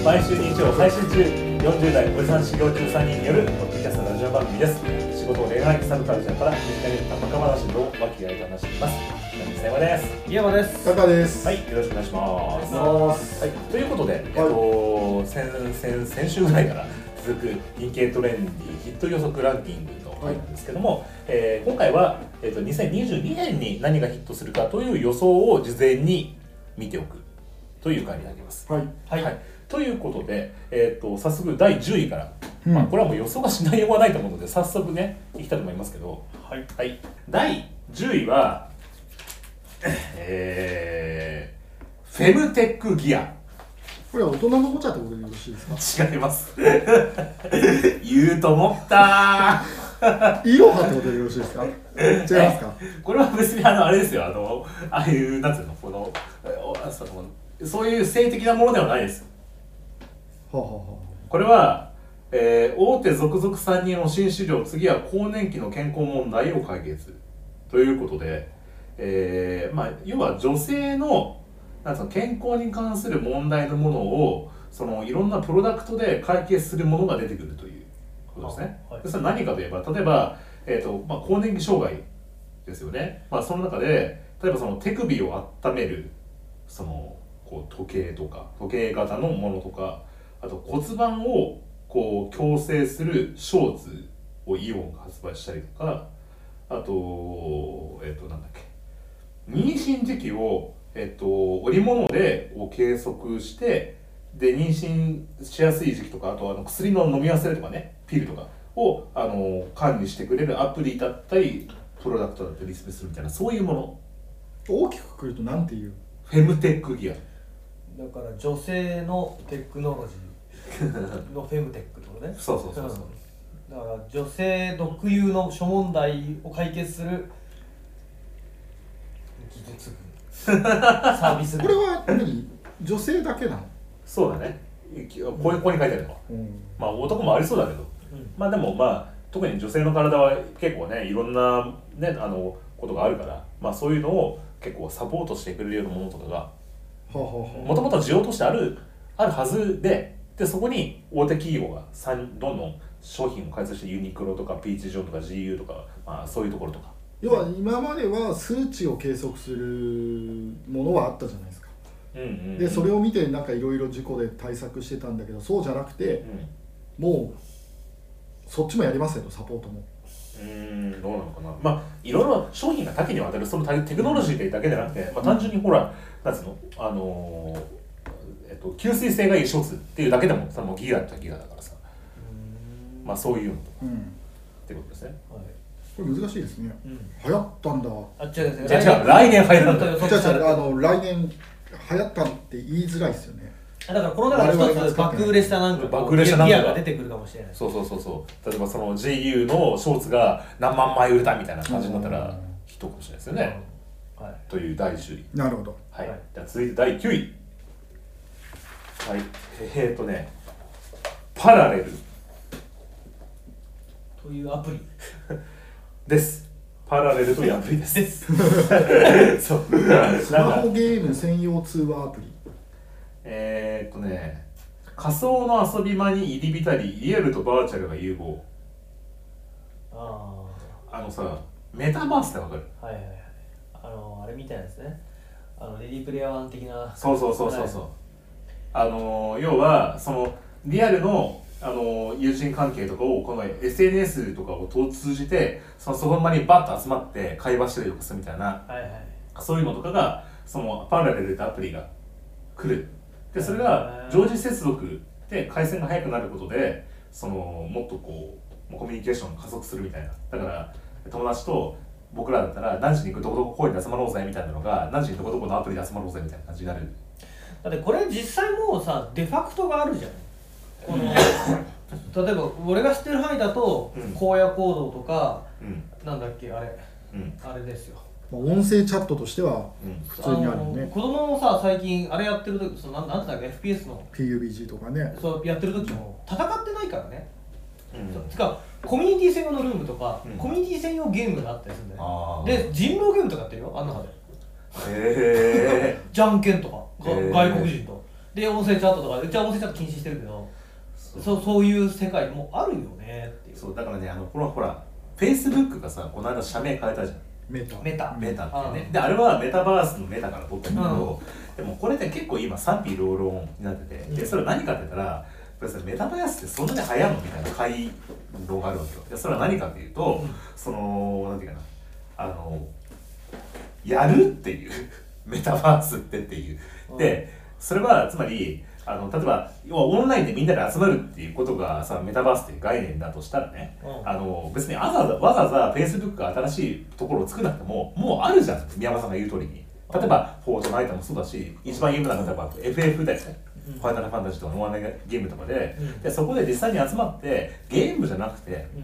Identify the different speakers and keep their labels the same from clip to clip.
Speaker 1: を配信中40代おじさん修行13人によるポッドキャストラジオ番組です仕事恋愛サブカルチャーからみんなにバカ話と和気あいと話しています南瀬山です
Speaker 2: 宮本です
Speaker 3: タカです。
Speaker 1: はい、よろしくお願いします。
Speaker 2: 願いしま
Speaker 1: はい、ということで、えっと、先先先週ぐらいから続く日経トレンディヒット予測ランキングの回なんですけども、えー今回は、えっと、2022年に何がヒットするかという予想を事前に見ておくという回になります。
Speaker 3: はい。
Speaker 2: はい
Speaker 1: ということで、えっと早速第10位から、
Speaker 3: うん
Speaker 1: まあ、これはもう予想がしないようはないと思うので早速ねいきたいと思いますけど、
Speaker 2: はい
Speaker 1: はい、第10位は、えー、フェムテックギア。
Speaker 3: これは大人のおもちゃってことでよろしいですか。
Speaker 1: 違います。 言うと思った
Speaker 3: イロハってことでよろしいですか。違いますか。
Speaker 1: ーこれは別にあの、あれですよ、あの、ああいう、なんていうの、この、おそのそういう性的なものではないです。
Speaker 3: ほうほ
Speaker 1: これは、えー大手続々参入の新市場、次は更年期の健康問題を解決。ということで、えーまあ、要は女性のなんつうの健康に関する問題のものをそのいろんなプロダクトで解決するものが出てくるということですね。
Speaker 2: あはい
Speaker 1: でそれは何かといえば例えば、えーとまあ、更年期障害ですよね、まあ、その中で例えばその手首を温めるそのこう時計とか時計型のものとかあと骨盤をこう矯正するショーツをイオンが発売したりとかあとえっ、となんだっけ妊娠時期を、えっと、織物でを計測してで妊娠しやすい時期とかあとあの薬の飲み忘れとかねピルとかをあの管理してくれるアプリだったりプロダクトだったりリスペするみたいなそういうもの
Speaker 3: うほう。大きくくるとなんていう。
Speaker 1: フェムテックギア
Speaker 2: だから女性のテクノ ロジーのフェムテックってことね
Speaker 1: そうそうそうそう
Speaker 2: うんだから女性特有の諸問題を解決する技術群サービス
Speaker 3: これは何？女性だけなの。
Speaker 1: そうだねこういうここに書いてあるの
Speaker 3: うん。
Speaker 1: まあ男もありそうだけど
Speaker 2: うん
Speaker 1: まあでもまあ特に女性の体は結構ねいろんなねあのことがあるからまあそういうのを結構サポートしてくれるようなものとかが
Speaker 3: ほうほうほ
Speaker 1: もともと需要としてあるあるはずででそこに大手企業がさんどんどん商品を開発してユニクロとかピーチ・ジョンとか GU とか、まあ、そういうところとか
Speaker 3: う。要は今までは数値を計測するものはあったじゃないですか。
Speaker 1: うんうんうん
Speaker 3: でそれを見てなんかいろいろ事故で対策してたんだけど、そうじゃなく
Speaker 1: う
Speaker 3: て
Speaker 1: ん
Speaker 3: もうそっちもやりますよとサポートも。
Speaker 1: うーんどうなのかなまあいろいろ商品が多岐にわたるそのテクノロジーだけじゃなくて、まあ、単純にほら、なんつうのあのーえっと、吸水性がいいショーツっていうだけでもさもうギガっちゃギガだからさまあそういうのとか
Speaker 3: うん。
Speaker 1: ってことですね
Speaker 2: はい
Speaker 3: これ難しいですね。
Speaker 2: うん
Speaker 3: 流行ったんだ。
Speaker 2: あ違う違う
Speaker 1: じゃあ違う来年入るんだ
Speaker 2: だ
Speaker 3: じゃあじゃああの来年流行ったって言いづらいですよね。
Speaker 2: だからこの中で一つ爆売れしたなんかこう
Speaker 1: 爆売れしたなんか
Speaker 2: ギアが出てくるかもしれない
Speaker 1: そうそうそうそう例えばその GU のショーツが何万枚売れたみたいな感じになった
Speaker 3: う
Speaker 1: ら
Speaker 3: ん
Speaker 1: ヒットかもしれないですよね、
Speaker 2: はい
Speaker 1: という第10位
Speaker 3: なるほど。
Speaker 1: はい、
Speaker 2: はい
Speaker 1: じゃあ続いて第9位はいえー、っとねパラレル
Speaker 2: というアプリ
Speaker 1: ですパラレルというアプリです
Speaker 2: です
Speaker 1: そう
Speaker 3: スマ
Speaker 1: なん
Speaker 3: ホ
Speaker 1: か
Speaker 3: ゲーム専用通話アプリ。
Speaker 1: えー、っとね仮想の遊び場に入り浸りリアルとバーチャルが融合
Speaker 2: あ
Speaker 1: あのさメタバースってわかる
Speaker 2: あはいはいはいあのあれみたいですねあのレディープレイヤー1的な
Speaker 1: そうそうそうそうそう、あのー要はそのリアルの、あのー友人関係とかをこの SNS とかを通じてそのその場にバッと集まって会話したりとかするみたいな
Speaker 2: はいはい
Speaker 1: そういうのとかがそのパラレルでアプリが来るでそれが常時接続で回線が速くなることでそのもっとこうコミュニケーションが加速するみたいなだから友達と僕らだったら何時にどこどこ公園で集まろうぜみたいなのが何時にどこどこのアプリで集まろうぜみたいな感じになる
Speaker 2: だってこれ実際もうさデファクトがあるじゃんこの例えば俺が知ってる範囲だと、
Speaker 1: うん
Speaker 2: 荒野行動とか
Speaker 1: うん
Speaker 2: なんだっけあれ
Speaker 1: うん
Speaker 2: あれですよ
Speaker 3: まあ、音声チャットとしては
Speaker 1: うん
Speaker 3: 普通にあるよ
Speaker 2: の
Speaker 3: ね。
Speaker 2: 子供もさ最近あれやってる時そのなんなんてだっけ FPS の
Speaker 3: PUBG とかね。
Speaker 2: そうやってる時も戦ってないからね、
Speaker 1: うん
Speaker 2: つかコミュニティ専用のルームとか、
Speaker 1: うん
Speaker 2: コミュニティ専用ゲームがあったりするんだよ
Speaker 1: ああ
Speaker 2: ねで人狼ゲームとかやってるよあの中で
Speaker 1: へえ
Speaker 2: じゃんけんとか、が
Speaker 1: へー
Speaker 2: 外国人とで音声チャットとかうちは音声チャット禁止してるけど
Speaker 1: そう
Speaker 2: そうそういう世界もあるよねっていう
Speaker 1: そうだからねあのほらほらフェイスブックがさこの間社名変えたじゃん
Speaker 3: メタ
Speaker 2: メタ
Speaker 1: メタってね
Speaker 2: うん
Speaker 1: であれはメタバースのメタから取ったんだけど、でもこれって結構今賛否両論になっててでそれは何かって言ったらやっぱりそれメタバースってそんなに流行るのみたいな回答があるわけよでそれは何かっていうと、そのなんていうかなあのやるっていう メタバースってっていうでそれはつまりあの例えば要はオンラインでみんなで集まるっていうことがさメタバースっていう概念だとしたらね、
Speaker 2: うん
Speaker 1: あの別にわざわざわざわざ Facebook が新しいところを作らなくてももうあるじゃん宮山さんが言う通りに例えば「フォートナイト」もそうだし一番有名なのが多分 FF だよね、
Speaker 2: うん
Speaker 1: ファイナルファンタジーとかノアメゲームとかで,、
Speaker 2: うん
Speaker 1: でそこで実際に集まってゲームじゃなくて
Speaker 2: うん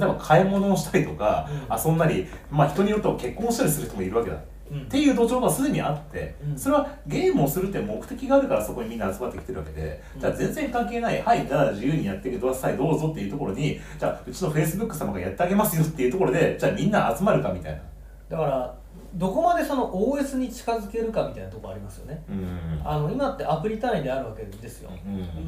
Speaker 1: 例えば買い物をしたりとか、
Speaker 2: う
Speaker 1: 遊んだり、まあ、人によっては結婚したりする人もいるわけだ、
Speaker 2: うん
Speaker 1: っていう土壌がすでにあって、
Speaker 2: うん
Speaker 1: それはゲームをするって目的があるからそこにみんな集まってきてるわけで、
Speaker 2: うん
Speaker 1: じゃあ全然関係ないはいじゃあ自由にやってくださいどうぞっていうところにじゃあうちのフェイスブック様がやってあげますよっていうところでじゃあみんな集まるかみたいな
Speaker 2: だからどこまでその OS に近づけるかみたいなとこありますよね
Speaker 1: うん
Speaker 2: あの今ってアプリ単位であるわけですよ、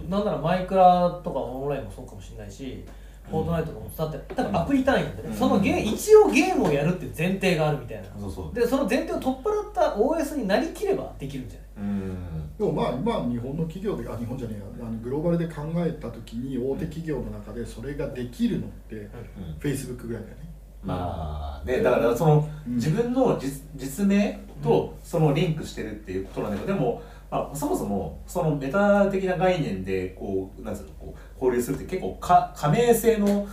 Speaker 1: うん
Speaker 2: なんならマイクラとかオンラインもそうかもしれないし、フォートナイトとかもだって多分アプリ単位なんでね、
Speaker 1: うん
Speaker 2: そのゲー一応ゲームをやるっていう前提があるみたいな、
Speaker 1: そうそう
Speaker 2: でその前提を取っ払った OS になりきればできるんじゃない
Speaker 1: うん
Speaker 3: でもまあ今日本の企業であ日本じゃねえやあのグローバルで考えた時に大手企業の中でそれができるのって
Speaker 1: うん
Speaker 3: フェイスブックぐらいだよね
Speaker 1: まあねだからその、
Speaker 3: うん
Speaker 1: 自分の実実名とそのリンクしてるっていうことなんだけどでも、まあ、そもそもそのメタ的な概念でこうなんつうのこう交流するって結構か加盟性の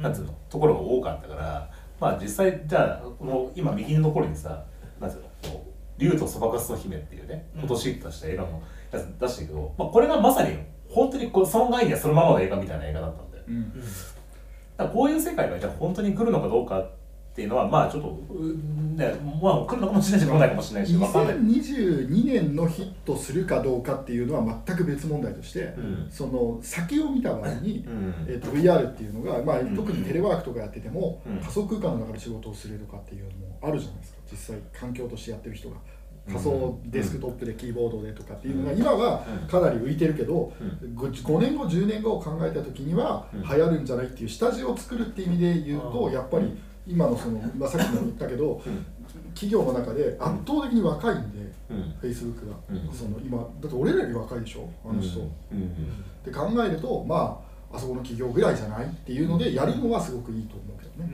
Speaker 1: なんつうのところが多かったから、まあ実際じゃあこの今右のところにさなんつうのこう竜とそばかすの姫っていうね
Speaker 2: うん
Speaker 1: 今年ヒットした映画のやつ出してるけど、まあ、これがまさに本当にこうその概念そのままの映画みたいな映画だったんで。
Speaker 3: うん
Speaker 1: だからこういう世界がじゃあ本当に来るのかどうかっていうのはまあちょっと、うねまあ、来るのかもしれないし来ないかもしれないし分かんない。
Speaker 3: 2022年のヒットするかどうかっていうのは全く別問題として、
Speaker 1: うん
Speaker 3: その先を見た場合に、
Speaker 1: うん
Speaker 3: えー、と VR っていうのが、まあ、
Speaker 1: ん
Speaker 3: 特にテレワークとかやってても、
Speaker 1: うん
Speaker 3: 仮想空間の中で仕事をするとかっていうのもあるじゃないですか実際環境としてやってる人が
Speaker 1: うん
Speaker 3: 仮想デスクトップでキーボードでとかっていうのが
Speaker 1: うん
Speaker 3: 今は
Speaker 1: うん
Speaker 3: かなり浮いてるけど、
Speaker 1: う
Speaker 3: ご 5, 年後10年後を考えた時には
Speaker 1: うん
Speaker 3: 流行るんじゃないっていう下地を作るっていう意味で言うと、
Speaker 2: うん
Speaker 3: やっぱり今のその、まあ、さっきも言ったけど
Speaker 1: うん
Speaker 3: 企業の中で圧倒的に若いんで。
Speaker 1: うん
Speaker 3: フェイスブックが、
Speaker 1: うん
Speaker 3: その今だって俺らより若いでしょあの人、
Speaker 1: う
Speaker 3: っ
Speaker 1: んうん
Speaker 3: て考えるとまああそこの企業ぐらいじゃないっていうのでやるのはすごくいいと思うけど
Speaker 2: う
Speaker 3: ね、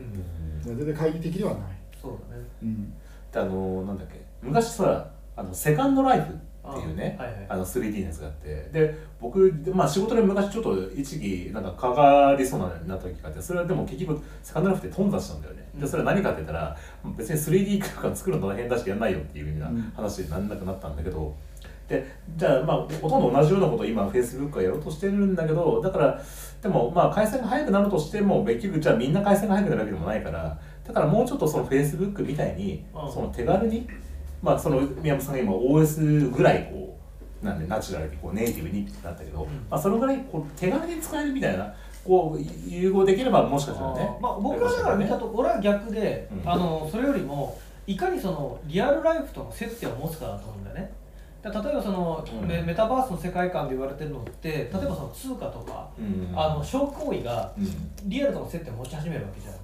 Speaker 1: うんん
Speaker 3: 全然懐疑的ではない、
Speaker 2: そうだね
Speaker 3: うん、
Speaker 1: であのなんだっけ昔さあのセカンドライフっていうね
Speaker 2: あはいはい
Speaker 1: あの 3D のやつがあってで僕、まあ、仕事で昔ちょっと一時なんかかかりそうになった時があってそれはでも結局セカンドライフって頓挫したんだよね、
Speaker 2: う
Speaker 1: で
Speaker 2: ん
Speaker 1: それは何かって言ったら別に 3D 空間作るの大変だしやんないよっていうよう
Speaker 3: うん
Speaker 1: な話にならなくなったんだけど、でじゃあまあほとんど同じようなことを今 Facebook がやろうとしてるんだけどだからでもまあ回線が早くなるとしても結局じゃあみんな回線が早くなるわけでもないからだからもうちょっとその Facebook みたいに
Speaker 2: うん
Speaker 1: その手軽に、まあその宮本さんが今 OS ぐらいこうなんでナチュラルにこうネイティブにってなったけど、
Speaker 2: ん
Speaker 1: まあそのぐらいこう手軽に使えるみたいなこう融合できればもしかしたらね
Speaker 2: あーまあ、僕はだから見たと俺は逆で、
Speaker 1: うん
Speaker 2: あのそれよりもいかにそのリアルライフとの接点を持つかだと思うんだよねだから例えばその、
Speaker 1: うん
Speaker 2: メメタバースの世界観で言われてるのって例えばその通貨とか、
Speaker 1: うん
Speaker 2: あの商行為が
Speaker 1: うん
Speaker 2: リアルとの接点を持ち始めるわけじゃん
Speaker 1: うん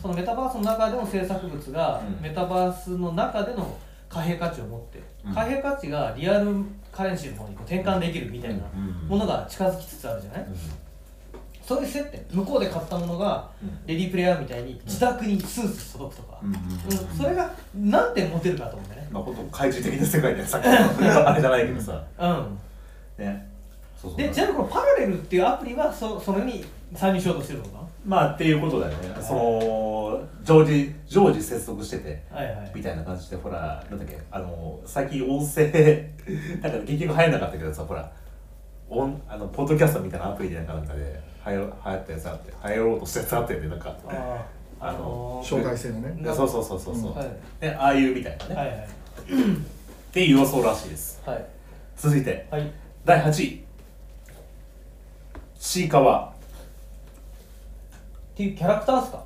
Speaker 2: そのメタバースの中での制作物が、
Speaker 1: うん
Speaker 2: メタバースの中での貨幣価値を持って、
Speaker 1: うん
Speaker 2: 貨幣価値がリアルカレンシーの方にこう転換できるみたいな
Speaker 1: うん
Speaker 2: ものが近づきつつあるじゃない、そういう接点向こうで買ったものが
Speaker 1: うん
Speaker 2: レディープレイヤーみたいに自宅にスーツ届くとか、
Speaker 1: うんうん
Speaker 2: うんそれが何点持てるかと思うんだよね
Speaker 1: まあ、ほんと怪獣的な世界でさっきのあれじゃないけどさ、
Speaker 2: う
Speaker 1: ね、そうそ
Speaker 2: ん
Speaker 1: う
Speaker 2: でちなみにこのパラレルっていうアプリはそそれに参入しようとしてるのか
Speaker 1: まあっていうことだよねその常時常時接続してて
Speaker 2: なはいはい
Speaker 1: みたいな感じでほらなんだっけあの最近音声 なんか結局流行んなかったけどさほら音あのポッドキャストみたいなアプリでなんかなんかで流行流行ったやつあって流行ろうとしたやつあってねなんか
Speaker 2: あーあのー
Speaker 3: 招待制のね
Speaker 1: でそうそうそうそうそう、
Speaker 2: はい
Speaker 1: でああいうみたいなね、
Speaker 2: はいはい
Speaker 1: っていう予想らしいです
Speaker 2: はい
Speaker 1: 続いて
Speaker 2: はい
Speaker 1: 第8位シーカワ
Speaker 2: っていうキャラクターですか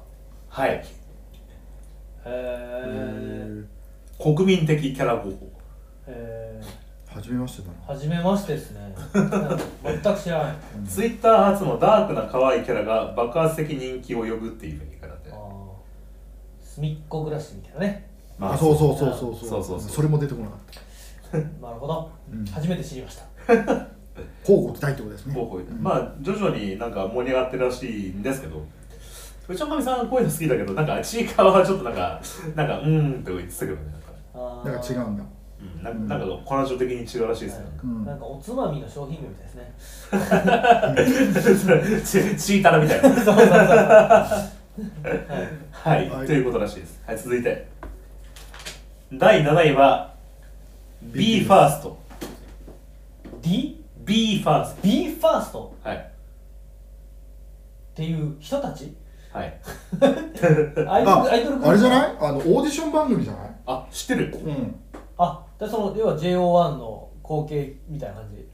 Speaker 1: はい
Speaker 2: へえ
Speaker 1: 国民的キャラ候補
Speaker 2: へえ
Speaker 3: は初めましてだな
Speaker 2: 初めましてですね全く知らない
Speaker 3: うん
Speaker 1: ツイッター初のダークな可愛いキャラが爆発的人気を呼ぶっていうふうに言い方で
Speaker 2: あー隅っこ暮らしみたいなね
Speaker 1: ま
Speaker 3: あそうそうそうそう
Speaker 1: そうそうそう
Speaker 3: それも出てこなかった
Speaker 2: なるほど、
Speaker 3: うん
Speaker 2: 初めて知りました
Speaker 3: 交互期待ってことですね
Speaker 1: もうこういうまあ徐々になんか盛り上がってるらしいんですけどうちのかみさんはこういうの好きだけどなんかちいかわはちょっとなんかなんかうーんって言ってたけどねなんか
Speaker 2: あー
Speaker 3: だから違うんだ
Speaker 1: うんなんかなんかこの人的に違うらしいですよなんか
Speaker 3: うん
Speaker 2: なんかおつまみの商品名みたいです ね
Speaker 1: ち ちいたらみたいな
Speaker 2: そうそうそう
Speaker 1: はい、
Speaker 3: はい
Speaker 1: ということらしいですはい続いて第7位は b ファースト
Speaker 2: D?
Speaker 1: b ファース
Speaker 2: B ファースト
Speaker 1: トはい
Speaker 2: っていう人たち
Speaker 1: はい
Speaker 2: アイド
Speaker 3: あ
Speaker 2: ルアイドルグループ
Speaker 3: あれじゃないあのオーディション番組じゃない
Speaker 1: あ知ってる
Speaker 3: うん
Speaker 2: あでその要は JO1 の後継みたいな感じ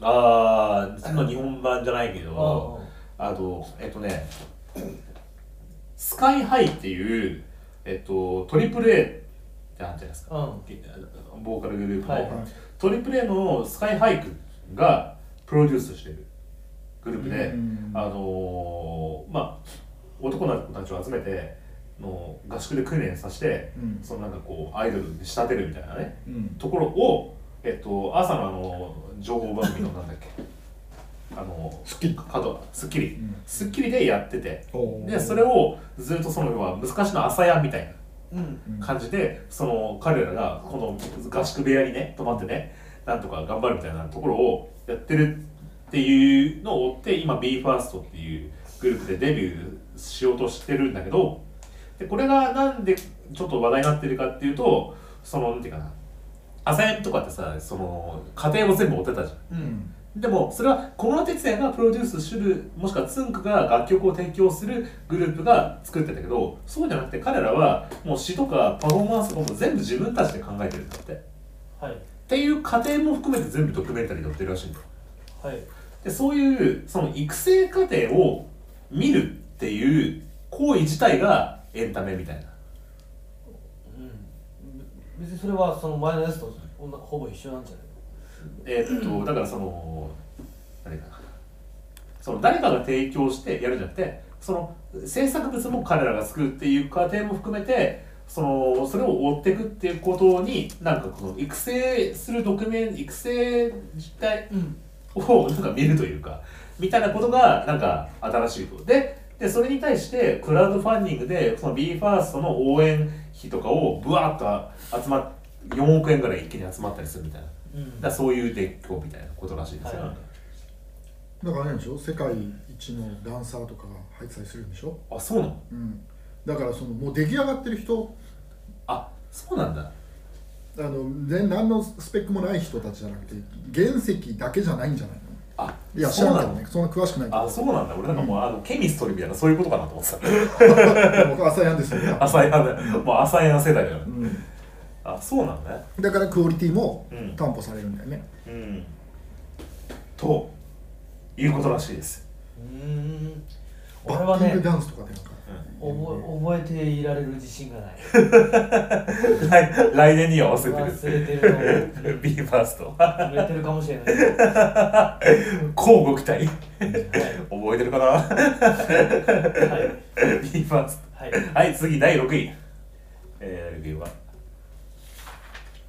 Speaker 1: ああその日本版じゃないけ
Speaker 2: う
Speaker 1: ど
Speaker 2: ん
Speaker 1: あとえっとねスカイハイっていうえっとトリプル A ってあるじゃないですか
Speaker 2: うん
Speaker 1: ボーカルグループの、
Speaker 2: はい
Speaker 3: はい
Speaker 1: トリプル A のスカイハイクがプロデュースしてるグループで、
Speaker 3: うん
Speaker 1: あのーまあ男の子たちを集めての合宿で訓練させて、
Speaker 3: うん
Speaker 1: そのなんかこうアイドルに仕立てるみたいなね
Speaker 3: うん
Speaker 1: ところを、えっと、朝のあの情報番組のなんだっけ あの
Speaker 3: スッキリ
Speaker 1: 角『スッキリ
Speaker 3: うん』
Speaker 1: 『スッキリ』でやってて
Speaker 3: おー
Speaker 1: でそれをずっとその要は昔の朝屋みたいな
Speaker 2: うん
Speaker 3: うん
Speaker 1: 感じでその彼らがこの合宿部屋にね泊まってねなんとか頑張るみたいなところをやってるっていうのを追って今 BE:FIRST っていうグループでデビューしようとしてるんだけどでこれがなんでちょっと話題になってるかっていうとそのなんていうかな朝やとかってさその家庭を全部追ってたじゃん。
Speaker 2: う
Speaker 3: うんん
Speaker 1: でもそれは小室哲哉がプロデュースするもしくはつんくが楽曲を提供するグループが作ってたけどそうじゃなくて彼らはもう詩とかパフォーマンスとかも全部自分たちで考えてるんだってっ
Speaker 2: はい
Speaker 1: ていう過程も含めて全部ドキュメンタリーに載ってるらしいんだ
Speaker 2: はい
Speaker 1: でそういうその育成過程を見るっていう行為自体がエンタメみたいな
Speaker 2: うん別にそれはその前のやつとほぼ一緒なんじゃない
Speaker 1: えーっとだからその誰かなその誰かが提供してやるんじゃなくてその制作物も彼らが作るっていう過程も含めてそのそれを追っていくっていうことになんかこの育成するドキュメン育成実態
Speaker 2: うん
Speaker 1: をなんか見るというかみたいなことがなんか新しいと。ででそれに対してクラウドファンディングでその BE:FIRST の応援費とかをぶわっと集まっ4億円ぐらい一気に集まったりするみたいな。
Speaker 2: うん
Speaker 1: だからそういう熱狂みたいなことらしいですよ、
Speaker 2: はい
Speaker 3: だからあれなんでしょ世界一のダンサーとかが入ってたりするんでしょ
Speaker 1: あそうなの
Speaker 3: うんだからそのもう出来上がってる人
Speaker 1: あそうなんだ
Speaker 3: あの全何のスペックもない人たちじゃなくて原石だけじゃないんじゃないの
Speaker 1: あ
Speaker 3: いや
Speaker 1: そ
Speaker 3: 知
Speaker 1: う
Speaker 3: らん
Speaker 1: な
Speaker 3: けど
Speaker 1: の
Speaker 3: ねそんな詳しくないけど
Speaker 1: あそうなんだ俺なんかもう、あのケミストリーみたいなそういうことかなと思って
Speaker 3: 僕朝やんですよね
Speaker 1: た 朝やだもう朝や世代だから、
Speaker 3: うん
Speaker 1: あそうなんだね
Speaker 3: だからクオリティも
Speaker 1: うん
Speaker 3: 担保されるんだよね、
Speaker 1: うんということらしいです
Speaker 2: うーん俺
Speaker 3: バ
Speaker 2: は
Speaker 3: ッティン
Speaker 2: ね
Speaker 3: グダンスとかでなんか、
Speaker 2: 覚え覚えていられる自信がない
Speaker 1: 来来年には忘れて
Speaker 2: 忘
Speaker 1: る
Speaker 2: れてると思 う
Speaker 1: ビーバースト
Speaker 2: 忘れてるかもしれないけど
Speaker 1: 交互期待
Speaker 2: は
Speaker 1: 覚えてるかな
Speaker 2: いはい
Speaker 1: ビーバースト
Speaker 2: はい
Speaker 1: はい、次、第6位。えー、第6位は。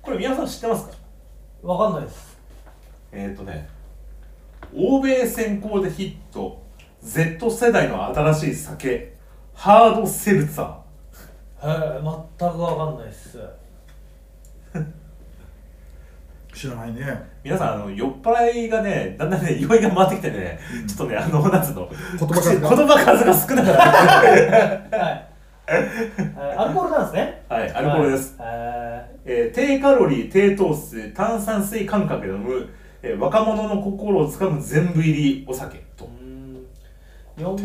Speaker 1: これ、皆さん知ってますか
Speaker 2: わかんないです
Speaker 1: えっ、ー、とね、欧米先行でヒット、Z 世代の新しい酒、ハードセルツァー。
Speaker 2: はい全くわかんないっす
Speaker 3: 知らないね
Speaker 1: 皆さんあの、酔っ払いがね、だんだんね、酔いが回ってきてね、ちょっとね、あの、なんつうの、
Speaker 3: 言葉
Speaker 1: 口
Speaker 3: 数
Speaker 1: 言
Speaker 3: が
Speaker 1: 葉数が少なくなって
Speaker 2: はいはいアルコールなんですね
Speaker 1: るはい、アルコールです。
Speaker 2: はいえ
Speaker 1: えー低カロリー、低糖質、炭酸水感覚で飲む、えー若者の心をつかむ全部入りお酒
Speaker 2: ー
Speaker 1: と
Speaker 2: う。ーん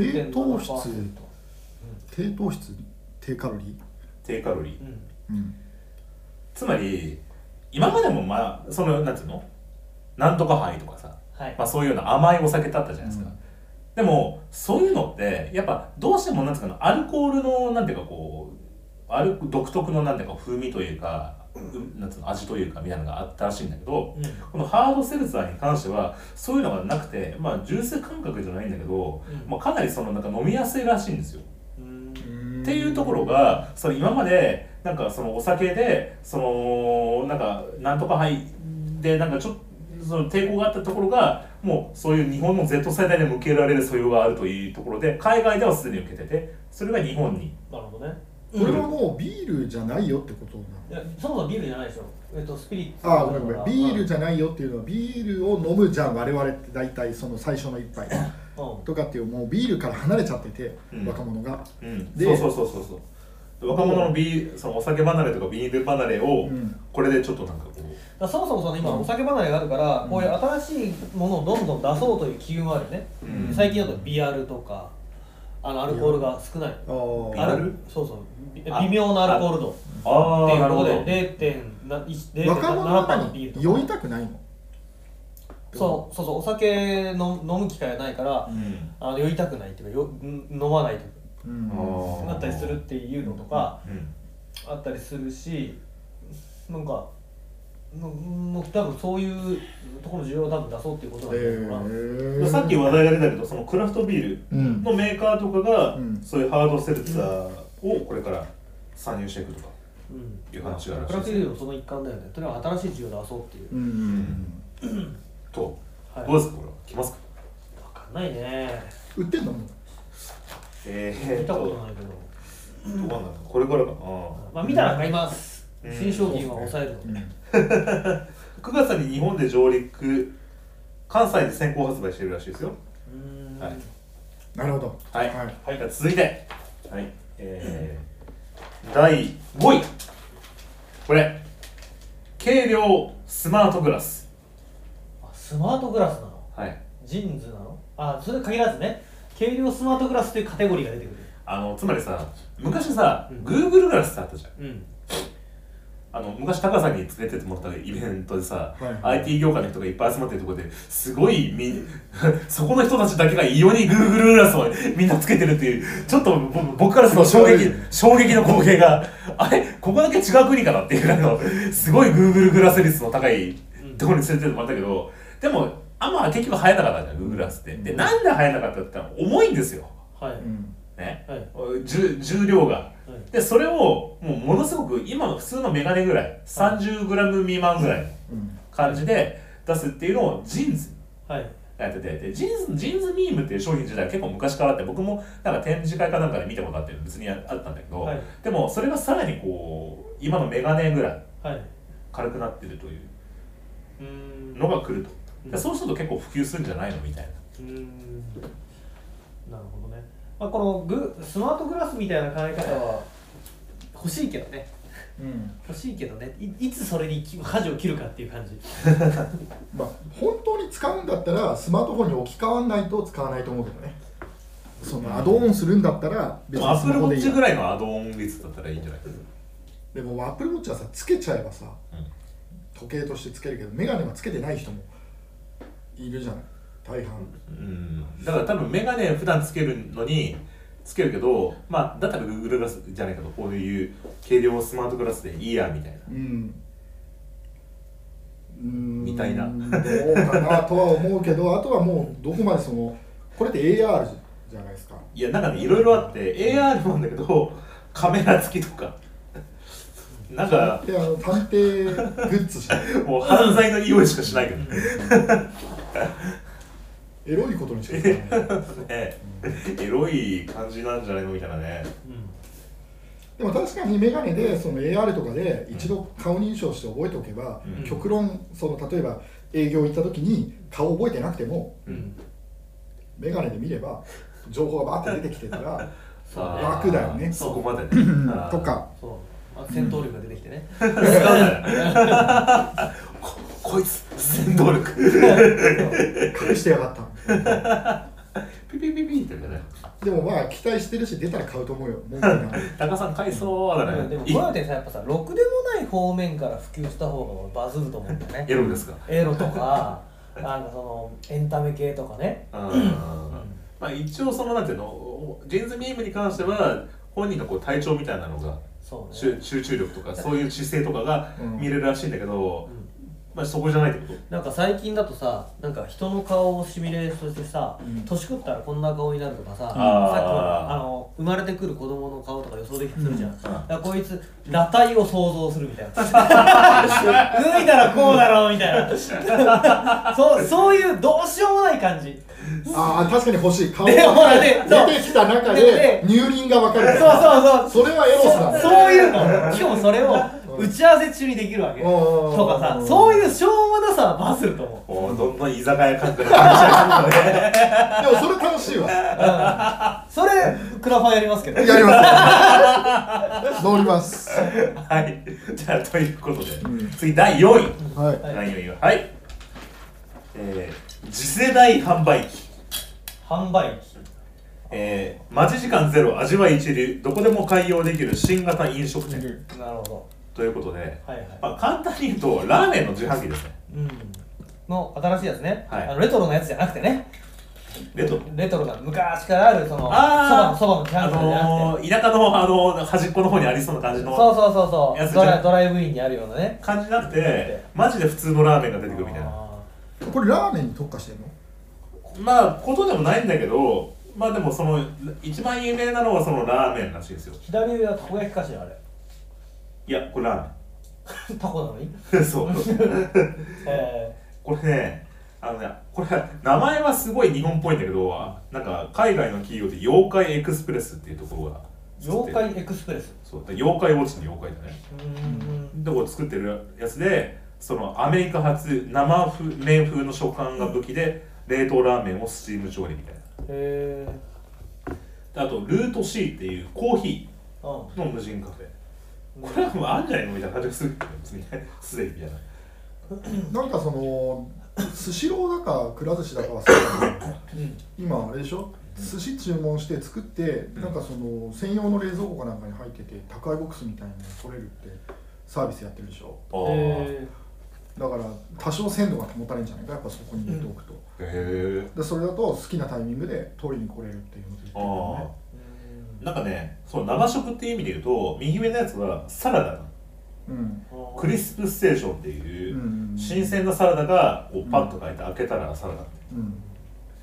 Speaker 3: 低糖質
Speaker 2: 4.7%
Speaker 3: 低糖質低カロリー、
Speaker 1: 低カロリー
Speaker 2: う。ん
Speaker 3: うん、
Speaker 1: つまり今までもまあそのなんていうのなんとか杯とかさ、
Speaker 2: はい
Speaker 1: まあ、そういうような甘いお酒だったじゃないですか、
Speaker 3: うん
Speaker 1: でもそういうのってやっぱどうしてもなんていうかなアルコールのなんていうかこうアル独特のなんていうか風味というかうんなんつうの味というかみたいなのがあったらしいんだけど
Speaker 2: うん
Speaker 1: このハードセルツァーに関してはそういうのがなくてまあジュース感覚じゃないんだけど、
Speaker 2: うん
Speaker 1: まあ、かなりそのなんか飲みやすいらしいんですよ。
Speaker 2: うん
Speaker 1: っていうところがその今までなんかそのお酒でそのなんかなんとか杯でなんかちょっと。その抵抗があったところがもうそういう日本の Z 世代でも受けられる素養があるというところで海外ではすでに受けててそれが日本に
Speaker 2: なるほどね
Speaker 3: これはもうビールじゃないよってことなの
Speaker 2: いやそもそもビールじゃないでしょえっとスピリッツ
Speaker 3: ああごめんごめんビールじ
Speaker 2: ゃ
Speaker 3: ゃないよっていうのはビールを飲むじゃん我々って大体その最初の一杯
Speaker 2: うん
Speaker 3: とかっていうもうビールから離れちゃってて、
Speaker 1: うん
Speaker 3: 若者が、
Speaker 1: うん、
Speaker 3: で
Speaker 1: そうそうそうそうそう若者のビーそのお酒離れとかビール離れ
Speaker 3: う
Speaker 1: を
Speaker 3: ん
Speaker 1: これでちょっとなんかこ
Speaker 2: だからそもそもその今
Speaker 3: うん
Speaker 2: お酒離れがあるから、
Speaker 3: ん
Speaker 2: こういう新しいものをどんどん出そうという機運はあるよね、
Speaker 1: う、うん、
Speaker 2: 最近だとビアルとかあのアルコールが少ない
Speaker 3: あー
Speaker 1: アル
Speaker 2: あるそうそうび
Speaker 1: あ
Speaker 2: 微妙なアルコール度って
Speaker 1: あ
Speaker 2: い
Speaker 1: あ
Speaker 2: う
Speaker 1: なる
Speaker 2: こ
Speaker 1: ほ
Speaker 2: と
Speaker 1: ど
Speaker 2: で0.7
Speaker 3: 若者の中
Speaker 2: のビ
Speaker 3: に
Speaker 2: ールと
Speaker 3: 酔
Speaker 2: か
Speaker 3: いたくないの
Speaker 2: そうそうそうお酒の飲む機会がないから
Speaker 1: うん
Speaker 2: あの酔いたくないっていうかよん飲まないと
Speaker 3: う、うん、
Speaker 1: あー
Speaker 2: なったりするっていうのとか
Speaker 1: うん
Speaker 2: あったりするしなんかもうもう多分そういうところの需要を多分出そうっていうことなんだろうな、
Speaker 3: え
Speaker 1: さっき話題が出たけどそのクラフトビール
Speaker 3: うん
Speaker 1: のメーカーとかが、
Speaker 3: うん
Speaker 1: そういうハードセルツァーをこれから参入していくとか、
Speaker 2: うん
Speaker 1: いう話があるらし
Speaker 2: ク
Speaker 1: いで
Speaker 2: ラ
Speaker 1: す
Speaker 2: フトビールのその一環だよねとにかく新しい需要を出そうっていう、
Speaker 3: うんうん
Speaker 1: と、
Speaker 2: はい、
Speaker 1: どうですかこれは来ますか
Speaker 2: わかんないね
Speaker 3: 売ってんのもう
Speaker 1: え
Speaker 2: 見たこと
Speaker 1: い
Speaker 2: ないけど、
Speaker 1: どうなんだろうこれからかな
Speaker 2: まあ見たら買いま
Speaker 1: う
Speaker 2: す、
Speaker 1: ん
Speaker 2: 新商品は抑える
Speaker 3: う
Speaker 2: ので、
Speaker 3: ん
Speaker 1: 9月に日本で上陸関西で先行発売してるらしいですよ
Speaker 2: うーん
Speaker 1: はい
Speaker 3: なるほど
Speaker 1: はい
Speaker 3: はい、
Speaker 1: はい、続いて、はいえー、第5位これ軽量スマートグラス
Speaker 2: あスマートグラスなの
Speaker 1: はい
Speaker 2: ジーンズなのあそれ限らずね軽量スマートグラスというカテゴリーが出てくる
Speaker 1: あのつまりさ昔さ、
Speaker 2: うん
Speaker 1: Google グラスってあったじゃん
Speaker 2: うん
Speaker 1: あの昔高さんに連れてってもらったイベントでさ、
Speaker 3: はいはい
Speaker 1: IT 業界の人がいっぱい集まってるところですごいみ そこの人たちだけが異様に Google グラスをみんなつけてるっていうちょっとぼ僕からすると衝撃衝撃の光景が あれここだけ違う国かなっていうぐらいのすごい Google グラス率の高いところに連れてってもらったけどでもあんま結局流行らなかったじゃん Google グラスって。でなんで流行らなかったって言ったら重いんですよ。
Speaker 2: はい、
Speaker 3: うん
Speaker 1: ね
Speaker 2: はい
Speaker 1: 重重量が
Speaker 2: はい
Speaker 1: でそれをもうものすごく今の普通のメガネぐらい 30g 未満ぐらいの
Speaker 3: うん
Speaker 1: 感じで出すっていうのをジーンズ
Speaker 2: はい
Speaker 1: やっててでジーンズジーンズミームっていう商品自体は結構昔からあって僕もなんか展示会かなんかで見たことあって別にあったんだけど、
Speaker 2: はい
Speaker 1: でもそれがさらにこう今のメガネぐらい
Speaker 2: はい
Speaker 1: 軽くなってるという
Speaker 2: うーん
Speaker 1: のが来ると
Speaker 2: う
Speaker 1: で
Speaker 2: ん
Speaker 1: そうすると結構普及するんじゃないのみたいな
Speaker 2: うーんなるほどね、まあ、このグスマートグラスみたいな考え方は欲しいけどね
Speaker 3: うん
Speaker 2: 欲しいけどねいいつそれにき舵を切るかっていう感じ
Speaker 3: まあ本当に使うんだったらスマートフォンに置き換わんないと使わないと思うけどねそのアドオンするんだったら
Speaker 1: で
Speaker 3: 別
Speaker 1: もア
Speaker 3: に
Speaker 1: ッ
Speaker 3: ス
Speaker 1: プル
Speaker 3: マ
Speaker 1: ウ
Speaker 3: ホ
Speaker 1: ォ
Speaker 3: でい
Speaker 1: ッ
Speaker 3: い
Speaker 1: チ
Speaker 3: や
Speaker 1: ぐらいのアドオン率だったらいいんじゃない
Speaker 3: でもアップルウォッチはさつけちゃえばさ
Speaker 1: うん
Speaker 3: 時計としてつけるけど眼鏡はつけてない人もいるじゃない大半
Speaker 1: うんだから多分メガネ普段つけるのにつけるけどまあだったら Google グラスじゃないけどこういう軽量スマートグラスでいいやみたいな
Speaker 3: うんうん
Speaker 1: みたいな
Speaker 3: どうかなとは思うけどあとはもうどこまでそのこれって AR じゃないですか
Speaker 1: いやなんかねいろいろあって AR もなんだけどカメラ付きとかなんか
Speaker 3: であの探偵グッズじゃん
Speaker 1: もう犯罪の匂いしかしないけどね
Speaker 3: エロいことにしか使わない
Speaker 1: エロい感じなんじゃないのみたいなね
Speaker 2: うん
Speaker 3: でも確かに眼鏡でその AR とかで一度顔認証して覚えておけば、
Speaker 1: うん
Speaker 3: 極論その例えば営業行った時に顔覚えてなくても
Speaker 1: うん
Speaker 3: 眼鏡で見れば情報がバーって出てきてたら
Speaker 2: そう
Speaker 1: あ
Speaker 2: ね
Speaker 1: ー
Speaker 3: 楽だよね
Speaker 1: そこまでねあー
Speaker 3: とか
Speaker 2: そうあ戦闘力が出てきてね、
Speaker 1: ここいつ戦闘力
Speaker 3: 隠してやがった
Speaker 1: ピピピピってね
Speaker 3: でもまあ期待してるし出たら買うと思うよ文句ない
Speaker 1: タカさん買いそうだ
Speaker 2: で
Speaker 1: ね
Speaker 2: もこうやってさやっぱさろくでもない方面から普及した方が俺バズると思うんだよ
Speaker 1: エ
Speaker 2: ね
Speaker 1: ロですか
Speaker 2: エロ とかなんかそのエンタメ系とかね
Speaker 1: あーまあ一応そのなんていうのジェンズミームに関しては本人のこう体調みたいなのが
Speaker 2: そうね
Speaker 1: 集集中力とかそういう姿勢とかが
Speaker 3: うん
Speaker 1: 見れるらしいんだけど、
Speaker 2: うん
Speaker 1: まあ、そこじゃないってこと
Speaker 2: なんか最近だとさなんか人の顔をシミュレーションしてさ、
Speaker 3: うん
Speaker 2: 年食ったらこんな顔になるとかささっき
Speaker 1: あー
Speaker 2: のあの生まれてくる子供の顔とか予想できたりするじゃん、
Speaker 1: うん
Speaker 2: だからこいつ裸体を想像するみたいな脱いだらこうだろうみたいなそうそういうどうしようもない感じ
Speaker 3: ああ確かに欲しい顔
Speaker 2: でほら
Speaker 3: が
Speaker 2: ねそう
Speaker 3: 出てきた中
Speaker 2: で
Speaker 3: で乳輪が分かる
Speaker 2: そうそうそう
Speaker 3: それはエロスだね
Speaker 2: そういうのしかもそれを打ち合わせ中にできるわけとかさそう
Speaker 3: う
Speaker 2: いうしょうもなさはバズると思う
Speaker 1: おーどんどん居酒屋 感覚になっちゃうね
Speaker 3: でもそれ楽しいわや
Speaker 2: それクラファンやりますけど
Speaker 3: ります乗ります
Speaker 1: はいじゃあということで、
Speaker 3: うん
Speaker 1: 次第4位
Speaker 3: はい
Speaker 2: は
Speaker 1: 第
Speaker 2: い
Speaker 1: 4位ははいえー次世代販売機
Speaker 2: 販売機
Speaker 1: えー待ち時間ゼロ味わい一流どこでも開業できる新型飲食店、
Speaker 2: なるほど
Speaker 1: ということで、
Speaker 2: はいはい
Speaker 1: まあ、簡単に言うとラーメンの自販機ですね
Speaker 2: うんの新しいやつね、
Speaker 1: はい
Speaker 2: あのレトロのやつじゃなくてね
Speaker 1: レトロ
Speaker 2: レトロが昔からあるそのそば
Speaker 1: あ
Speaker 2: の
Speaker 1: ー
Speaker 2: そばのキャ
Speaker 1: あ
Speaker 2: ンプじゃなくて、
Speaker 1: のー、田舎のあのー端っこの方にありそうな感じの
Speaker 2: そうそうそうそ
Speaker 1: やつ
Speaker 2: う
Speaker 1: じゃ
Speaker 2: ド
Speaker 1: な
Speaker 2: ラ
Speaker 1: い
Speaker 2: ドライブインにあるようなね
Speaker 1: 感じなくてマジで普通のラーメンが出てくるみたいな
Speaker 2: あ
Speaker 3: これラーメンに特化してるの
Speaker 1: まあことでもないんだけどまあでもその一番有名なのはそのラーメンらしいですよ
Speaker 2: ー左上はたこ焼きかしらあれ
Speaker 1: いやこれラ
Speaker 2: たこな のに
Speaker 1: ーメンそう
Speaker 2: え
Speaker 1: これねあのねこれ名前はすごい日本っぽいんだけどなんか海外の企業で妖怪エクスプレスっていうところが
Speaker 2: ー、妖怪エクスプレス
Speaker 1: そうだから妖怪ウォッチの妖怪だね
Speaker 2: うーん
Speaker 1: どこ作ってるやつでそのアメリカ発生風麺風の食感が武器で冷凍ラーメンをスチーム調理みたいな
Speaker 2: え
Speaker 1: であとルート C っていうコーヒ
Speaker 2: ー、うん
Speaker 1: ーの無人カフェこれはもうあんじゃないのみたいな感じがするけど別にすでにみたいな
Speaker 3: なんかそのスシローだかくら寿司だかはそうだけど
Speaker 2: うん
Speaker 3: 今あれでしょ寿司注文して作ってなんかその専用の冷蔵庫かなんかに入ってて宅配ボックスみたいに取れるってサービスやってるでしょ
Speaker 1: あーへ
Speaker 2: え
Speaker 3: だから多少鮮度が保たれるんじゃないかやっぱそこに入れておくと、
Speaker 1: え
Speaker 3: でそれだと好きなタイミングで取りに来れるっていうので言って
Speaker 1: あ
Speaker 3: るよ
Speaker 1: あ
Speaker 3: ね
Speaker 2: ー、
Speaker 1: なんかねそう生食っていう意味で言うと右上のやつはサラダなの
Speaker 3: うん
Speaker 2: うん
Speaker 1: クリスプステーションって
Speaker 3: う
Speaker 1: いうん新鮮なサラダがこうパッと書いて開けたらサラダって
Speaker 3: うん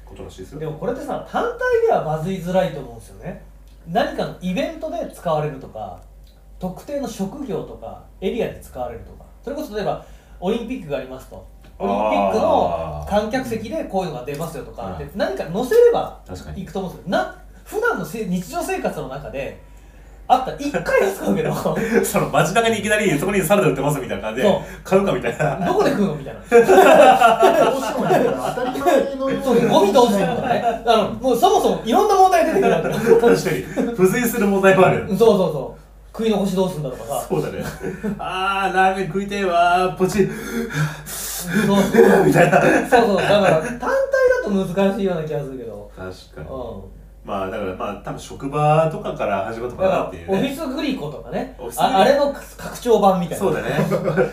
Speaker 1: ことらしいです
Speaker 2: で
Speaker 1: よ
Speaker 2: もこれってさ単体ではバズりづらいと思うんですよね何かのイベントで使われるとか特定の職業とかエリアで使われるとかそれこそ例えばオリンピックがありますとオリンピックの
Speaker 1: あー
Speaker 2: 観客席でこういうのが出ますよとか
Speaker 1: うん
Speaker 2: で何か載せれば
Speaker 1: 確かに
Speaker 2: いくと思うんですよな普段のせ日常生活の中であった1回 は使うけどど
Speaker 1: その街中にいきなりそこにサラダ売ってますみたいな感じ
Speaker 2: そ
Speaker 1: で
Speaker 2: う
Speaker 1: 買うかみたいな
Speaker 2: こで食うのみたいな
Speaker 3: どうしてもね当たり前のよ
Speaker 2: そうう
Speaker 3: に
Speaker 2: ゴミどうするとかねあのもうそもそもいろんな問題出てくるわけそう
Speaker 1: 確かに付随する問題もある
Speaker 2: そうそう食い残しどうするんだとかさ
Speaker 1: そうだねあーラーメン食いてえわーポチ
Speaker 2: そうそうそう
Speaker 1: みたいな
Speaker 2: そうだから単体だと難しいような気がするけど、
Speaker 1: 確かに
Speaker 2: うん、
Speaker 1: まあだからまあ多分職場とかから始まった
Speaker 2: だ
Speaker 1: かな
Speaker 2: から
Speaker 1: っていう
Speaker 2: オフィ
Speaker 1: ね
Speaker 2: スグリコとかね
Speaker 1: オフィスグリコ
Speaker 2: ああれの拡張版みたいな
Speaker 1: そうだね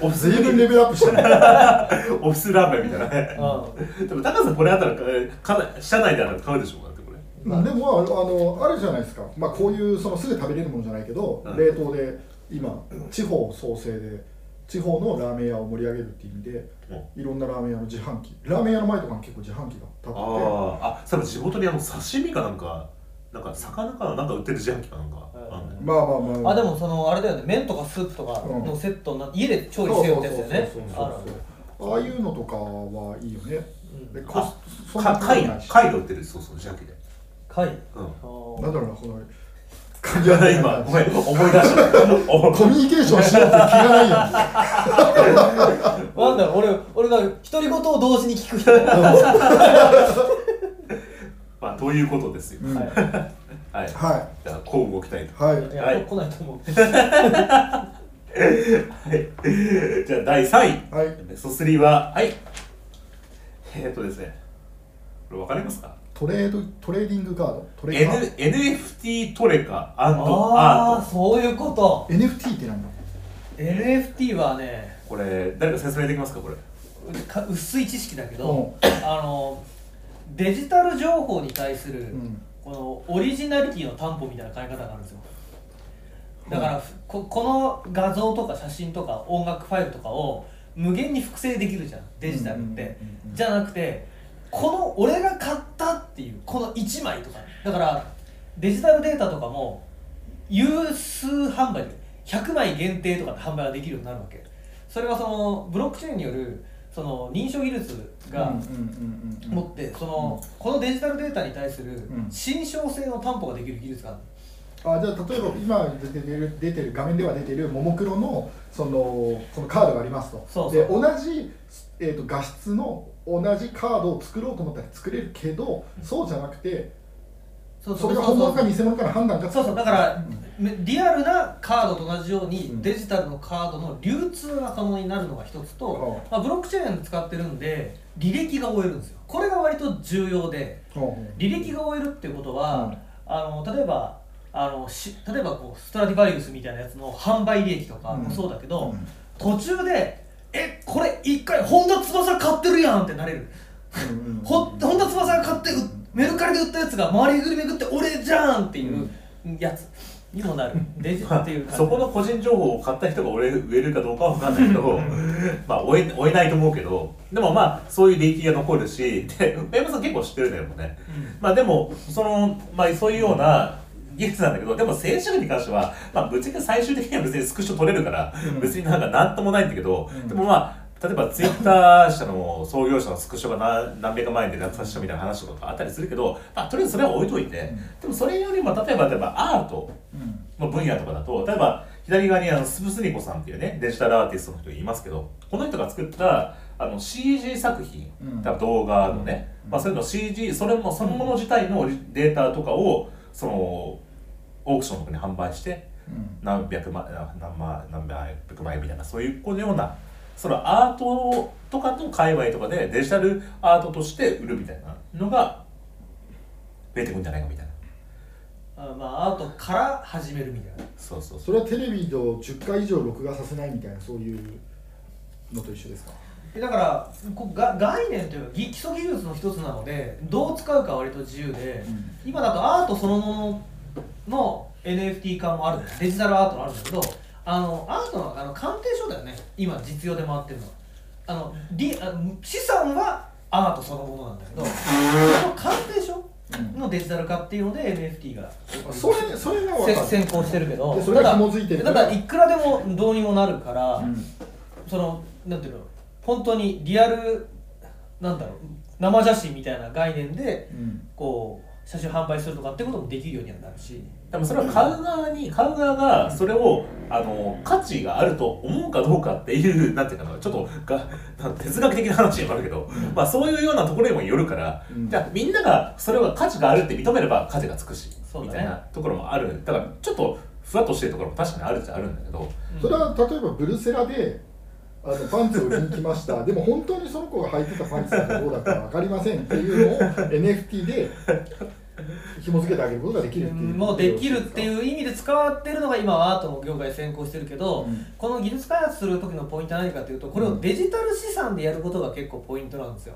Speaker 1: オフィス
Speaker 3: 随分レベルアップしたね
Speaker 1: オフィスラーメンみたいなね
Speaker 2: う
Speaker 1: でも高橋さんこれあったらえーかな社内であったら買うでしょうかだってこれ
Speaker 3: まあでもあのあるじゃないですか、まあ、こういうそのすぐ食べれるものじゃないけど、
Speaker 1: うん
Speaker 3: 冷凍で今地方創生で地方のラーメン屋を盛り上げるっていう意味でいろんなラーメン屋の自販機ラーメン屋の前とかも結構自販機が立って
Speaker 1: あーあ多分地元にあの刺身かなんかなんか魚かなんか売ってる自販機かなんかあんのよ
Speaker 3: まあまあまあ
Speaker 2: ん、あでもそのあれだよね麺とかスープとかのセットになって家で調理してるってやつだよね
Speaker 3: そうそう
Speaker 2: ある
Speaker 3: そうそうああいうのとかはいいよね
Speaker 2: うん
Speaker 3: でコスそんな
Speaker 1: か貝
Speaker 3: ないし
Speaker 1: 貝が売ってるそうそう自販機で
Speaker 2: 貝
Speaker 1: うん
Speaker 2: あー
Speaker 3: なんだろうなこの感
Speaker 1: い
Speaker 3: じは
Speaker 1: や今ごめん思い出したお
Speaker 3: コミュニケーションしようって気がないよ
Speaker 2: なんだろう俺俺が独り言を同時に聞く人だよ
Speaker 1: まあということですよ
Speaker 3: うん
Speaker 2: はい
Speaker 1: はい
Speaker 3: は
Speaker 1: じゃあこう動きたいと
Speaker 3: いはい
Speaker 2: いや、
Speaker 1: はい
Speaker 2: 来ないと思う
Speaker 1: はいじゃあ第3位
Speaker 3: はい
Speaker 1: ベスト3ははいえー、っとですねこれ分かりますか
Speaker 3: トレードトレーディングガードトレー
Speaker 1: N
Speaker 3: ダー
Speaker 1: NFT トレカア
Speaker 2: ああ
Speaker 1: ート
Speaker 2: そういうこと
Speaker 3: NFT ってなんだ
Speaker 2: NFT はね
Speaker 1: これ誰か説明できますかこれ
Speaker 2: か薄い知識だけど、
Speaker 3: うん
Speaker 2: あのデジタル情報に対する、
Speaker 3: うん
Speaker 2: このオリジナリティの担保みたいな考え方があるんですよだからふここの画像とか写真とか音楽ファイルとかを無限に複製できるじゃんデジタルって、
Speaker 3: うんうんうんうん
Speaker 2: じゃなくてこの俺が買ったっていうこの1枚とかだからデジタルデータとかも有数販売で100枚限定とかで販売ができるようになるわけそれはそのブロックチェーンによるその認証技術が、
Speaker 3: うんうんうんうん
Speaker 2: 持ってその、このデジタルデータに対する
Speaker 3: ん
Speaker 2: 信証性の担保ができる技術がある
Speaker 3: あじゃあ例えば今出てる出てる画面では出てるももクロのそのこのカードがありますと
Speaker 2: そうそう
Speaker 3: で同じ、えー、と画質の同じカードを作ろうと思ったら作れるけどそうじゃなくて
Speaker 2: そ
Speaker 3: それが本物か
Speaker 2: そう
Speaker 3: 偽物かの判断がつく
Speaker 2: そうそうだから
Speaker 3: うん、
Speaker 2: めリアルなカードと同じように、
Speaker 3: うん
Speaker 2: デジタルのカードの流通が可能になるのが一つと、まあ、ブロックチェーン使ってるんで履歴が追えるんですよこれが割と重要で
Speaker 3: うん
Speaker 2: 履歴が追えるっていうこと
Speaker 3: うん
Speaker 2: は、あの例えばあのし例えばこうストラディバリウスみたいなやつの販売利益とかもそうだけど、
Speaker 3: うん
Speaker 2: 途中で「えこれ一回本田翼買ってるやん」ってなれる
Speaker 3: うんうんうん
Speaker 2: ほ本田翼が買ってうメルカリで売ったやつが周りぐりめぐって俺じゃんっていうやつにもなる デジっていう感じ
Speaker 1: そこの個人情報を買った人が俺植えるかどうかは分かんないけどまあ追え追えないと思うけどでもまあそういう利益が残るしで上山さん結構知ってるねでもね、まあでもその、まあ、そういうような技術なんだけどでも静止画に関しては、まあ、ぶっちゃけ最終的には別にスクショ取れるから、
Speaker 3: うん
Speaker 1: 別になんか何ともないんだけど、
Speaker 3: うん
Speaker 1: でもまあ例えばツイッター社の創業者のスクショが何何百万円で落札したみたいな話とかあったりするけど、まあ、とりあえずそれは置いといて、でもそれよりも例えば例えばアート
Speaker 3: うん
Speaker 1: の分野とかだと例えば左側にあのスブスニコさんっていうねデジタルアーティストの人がいますけどこの人が作ったあの CG 作品、
Speaker 3: うん
Speaker 1: 多分動画のね、
Speaker 3: うん
Speaker 1: まあ、そういうの CG それもそのもの自体のデータとかをそのオークションとかに販売して
Speaker 3: うん
Speaker 1: 何百万な何万何百万円みたいなそういうこのようなそのアートとかの界隈とかでデジタルアートとして売るみたいなのが増えてくんじゃないかみたいな
Speaker 2: あまあアートから始めるみたいな
Speaker 1: そうそう
Speaker 3: それはテレビを10回以上録画させないみたいなそういうのと一緒ですか
Speaker 2: えだからこうが概念というかぎ基礎技術の一つなのでどう使うかは割と自由で、
Speaker 3: う
Speaker 2: 今だとアートそのものの NFT 化もあるんですデジタルアートもあるんだけどあのアートのあの鑑定書だよね今実用で回ってるのはあのりあの資産はアートそのものなんだけどその鑑定書のデジタル化っていうので NFT が
Speaker 3: それそれが分か
Speaker 2: せ
Speaker 3: る
Speaker 2: 先行してるけど
Speaker 3: でそれが紐づいてる
Speaker 2: ただただいくらでもどうにもなるから、
Speaker 3: うん
Speaker 2: そのなんていうの本当にリアルなんだろう生写真みたいな概念で
Speaker 3: うん
Speaker 2: こう写真販売するとかってこともできるようにはなるし
Speaker 1: でもそれは買う側に買う側がそれをあの価値があると思うかどうかっていう なんていうかなちょっとがなん哲学的な話にもあるけど、まあ、そういうようなところにもよるから、
Speaker 3: うん
Speaker 1: じゃあみんながそれは価値があるって認めれば価値がつくし、
Speaker 2: そう
Speaker 1: み
Speaker 2: だね
Speaker 1: たいなところもあるだからちょっとふわっとしてるところも確かにあるっちゃあるんだけど、
Speaker 3: それは例えばブルセラであのパンツを売りに来ましたでも本当にその子が履いてたパンツだかどうだか分かりませんっていうのを NFT で紐付けてあげることができるっていう
Speaker 2: もうできるっていうう意味で使わってるのが今はアートの業界先行してるけど、
Speaker 3: うん
Speaker 2: この技術開発する時のポイントは何かというとこれをデジタル資産でやることが結構ポイントなんですよ。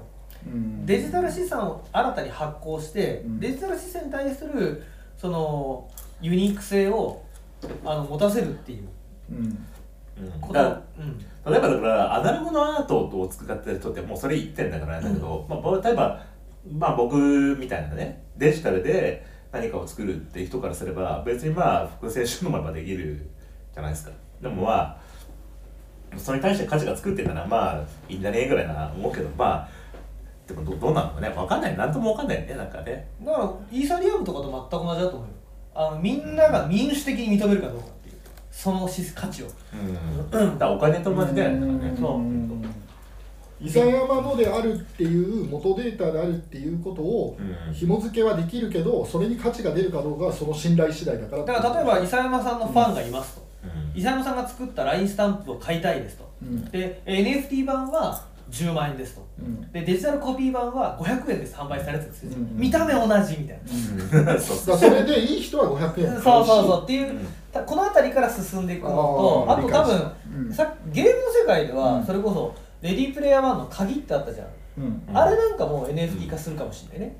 Speaker 3: ん
Speaker 2: デジタル資産を新たに発行して、
Speaker 3: うん
Speaker 2: デジタル資産に対するそのユニーク性をあの持たせるっていう
Speaker 3: うん
Speaker 1: うん
Speaker 2: こ
Speaker 1: だから
Speaker 2: と、うん、
Speaker 1: 例えばだからアナログのアートを使ってる人ってもうそれ一点だからなんだけど、まあ、例えば、まあ、僕みたいなねデジタルで何かを作るって人からすれば別にまあ複製収納までできるじゃないですかでもまあそれに対して価値が作ってたらまあいいんじゃねえぐらいな思うけどまあでもどどうなのかね分かんないなんとも分かんないよねなんかね
Speaker 2: だからイーサリアムとかと全く同じだと思うよあのみんなが民主的に認めるかどうかっていうその資価値を
Speaker 1: うんだからお金と同じだよねだからね
Speaker 2: そう
Speaker 3: うん伊佐山のであるっていう元データであるっていうことを
Speaker 1: うん
Speaker 3: 紐付けはできるけどそれに価値が出るかどうかはその信頼次第だから
Speaker 2: だから例えば伊佐山さんのファンがいますと
Speaker 1: うん
Speaker 2: 伊佐山さんが作った LINE スタンプを買いたいですと
Speaker 3: うん
Speaker 2: で NFT 版は10万円ですと
Speaker 3: うん
Speaker 2: でデジタルコピー版は500円です販売されてるんですよ、
Speaker 3: うん
Speaker 2: 見た目同じみたいな、
Speaker 1: うんそう、
Speaker 3: だからそれでいい人は500円
Speaker 2: そうそうそうっていううんたこの辺りから進んでいくのと
Speaker 3: あ
Speaker 2: あ
Speaker 3: ー
Speaker 2: と多
Speaker 3: 理解したう
Speaker 2: 分、
Speaker 3: ん
Speaker 2: さゲームの世界で
Speaker 3: う
Speaker 2: は
Speaker 3: ん
Speaker 2: それこそ「レディープレイヤー1」の鍵ってあったじゃん、
Speaker 3: うん
Speaker 1: うん
Speaker 2: あれなんかもう NFT 化するかもしれないね、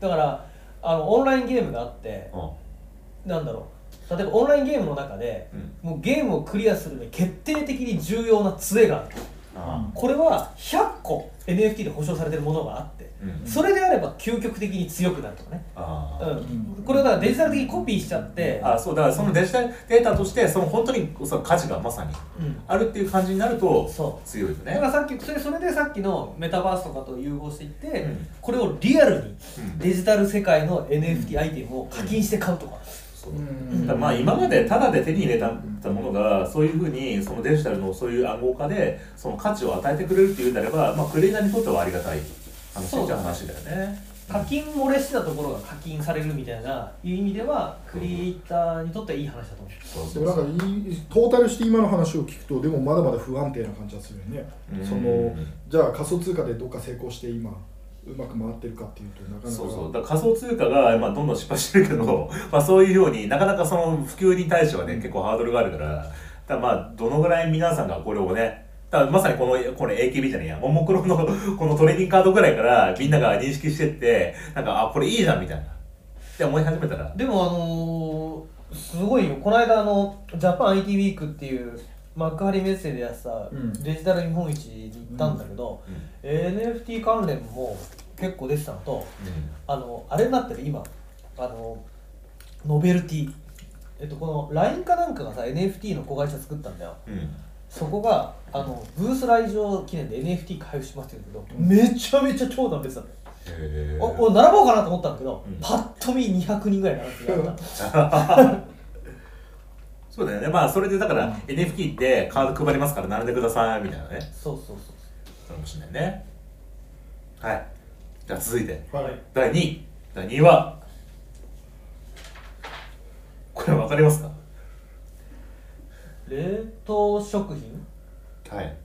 Speaker 2: だからあのオンラインゲームがあって
Speaker 1: うん
Speaker 2: なんだろう例えばオンラインゲームの中で
Speaker 1: うん
Speaker 2: もうゲームをクリアするのに決定的に重要な杖がある
Speaker 1: あ
Speaker 2: これは100個 NFT で保証されてるものがあって
Speaker 1: ーうん
Speaker 2: それであれば究極的に強くなるとかね、
Speaker 1: あー
Speaker 2: うん、これをだからデジタル的にコピーしちゃって、
Speaker 1: あそうだからそのデジタルデータとしてその本当にその価値がまさに
Speaker 2: うん、
Speaker 1: あるっていう感じになると
Speaker 2: そ
Speaker 1: 強いよ
Speaker 2: だか
Speaker 1: ね
Speaker 2: らさっきそれそれでさっきのメタバースとかと融合していって、
Speaker 1: うん
Speaker 2: これをリアルに
Speaker 1: うん
Speaker 2: デジタル世界の NFT アイテムを課金して買うとか、
Speaker 1: そう
Speaker 3: うん
Speaker 1: だからまあ今までタダで手に入れたものがそういうふうにそのデジタルのそういう暗号化でその価値を与えてくれるっていうんであれば、まあ、クレイヤーにとってはありがたい話
Speaker 2: そう
Speaker 1: じ
Speaker 2: だ
Speaker 1: ゃ
Speaker 2: ね
Speaker 1: 話だよね。
Speaker 2: 課金漏れしてたところが課金されるみたいないう意味ではクリエイターにとってはいい話だと思う
Speaker 1: そう
Speaker 3: で
Speaker 1: そう
Speaker 3: もなん
Speaker 1: そ
Speaker 3: か
Speaker 1: う
Speaker 3: いいトータルして今の話を聞くとでもまだまだ不安定な感じがするよね
Speaker 1: うん
Speaker 3: そのじゃあ仮想通貨でどっか成功して今うまく回ってるかっていうとなかなか
Speaker 1: そうそうだから仮想通貨が、まあ、どんどん失敗してるけど、 まあ、そういうようになかなかその普及に対してはね結構ハードルがあるからだからまあどのぐらい皆さんがこれをねだからまさにこのこれ AKB じゃねえやももクロの このトレーニングカードぐらいからみんなが認識してってなんかあこれいいじゃんみたいなで思い始めたら
Speaker 2: でもあのーすごいよこの間あのジャパン IT ウィークっていう幕張メッセでやってた
Speaker 3: うん
Speaker 2: デジタル日本一に行ったんだけど、
Speaker 1: うん
Speaker 2: NFT 関連も結構出てたのとあのあれになってる今あのノベルティえっとこの LINE かなんかがさ NFT の子会社作ったんだよ
Speaker 1: うん、うん
Speaker 2: そこがあのブース来場記念で NFT 開封しますって言うけどめちゃめちゃ長蛇の列だった
Speaker 1: へー
Speaker 2: おお並ぼうかなと思ったんだけど、
Speaker 1: うん
Speaker 2: パッと見200人ぐらい並んでやった
Speaker 1: そうだよねまあそれでだから、NFT ってカード配りますから並んでくださいみたいなね
Speaker 2: そうそうそ
Speaker 1: それもしれないねはいじゃあ続いて
Speaker 2: う
Speaker 3: はい
Speaker 1: 第2位第2位はこれ分かりますか
Speaker 2: 冷凍食品
Speaker 1: はい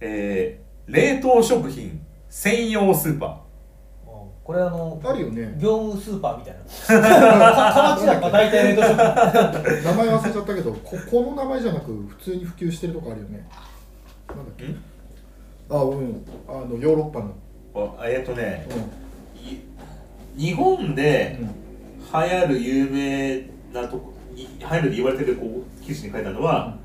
Speaker 1: えー、冷凍食品専用スーパ
Speaker 2: これあの
Speaker 3: あるよね
Speaker 2: 業務スーパーみたいなか形だから大体冷凍食品
Speaker 3: 名前忘れちゃったけどここの名前じゃなく普通に普及してるとこあるよねなんだっけ
Speaker 1: ん
Speaker 3: あうんあのヨーロッパの、
Speaker 1: ーあえっ、とね
Speaker 3: う
Speaker 1: い日本で
Speaker 3: んうん
Speaker 1: 流行る有名なとこい流行るで言われてるこう記事に書いたのは、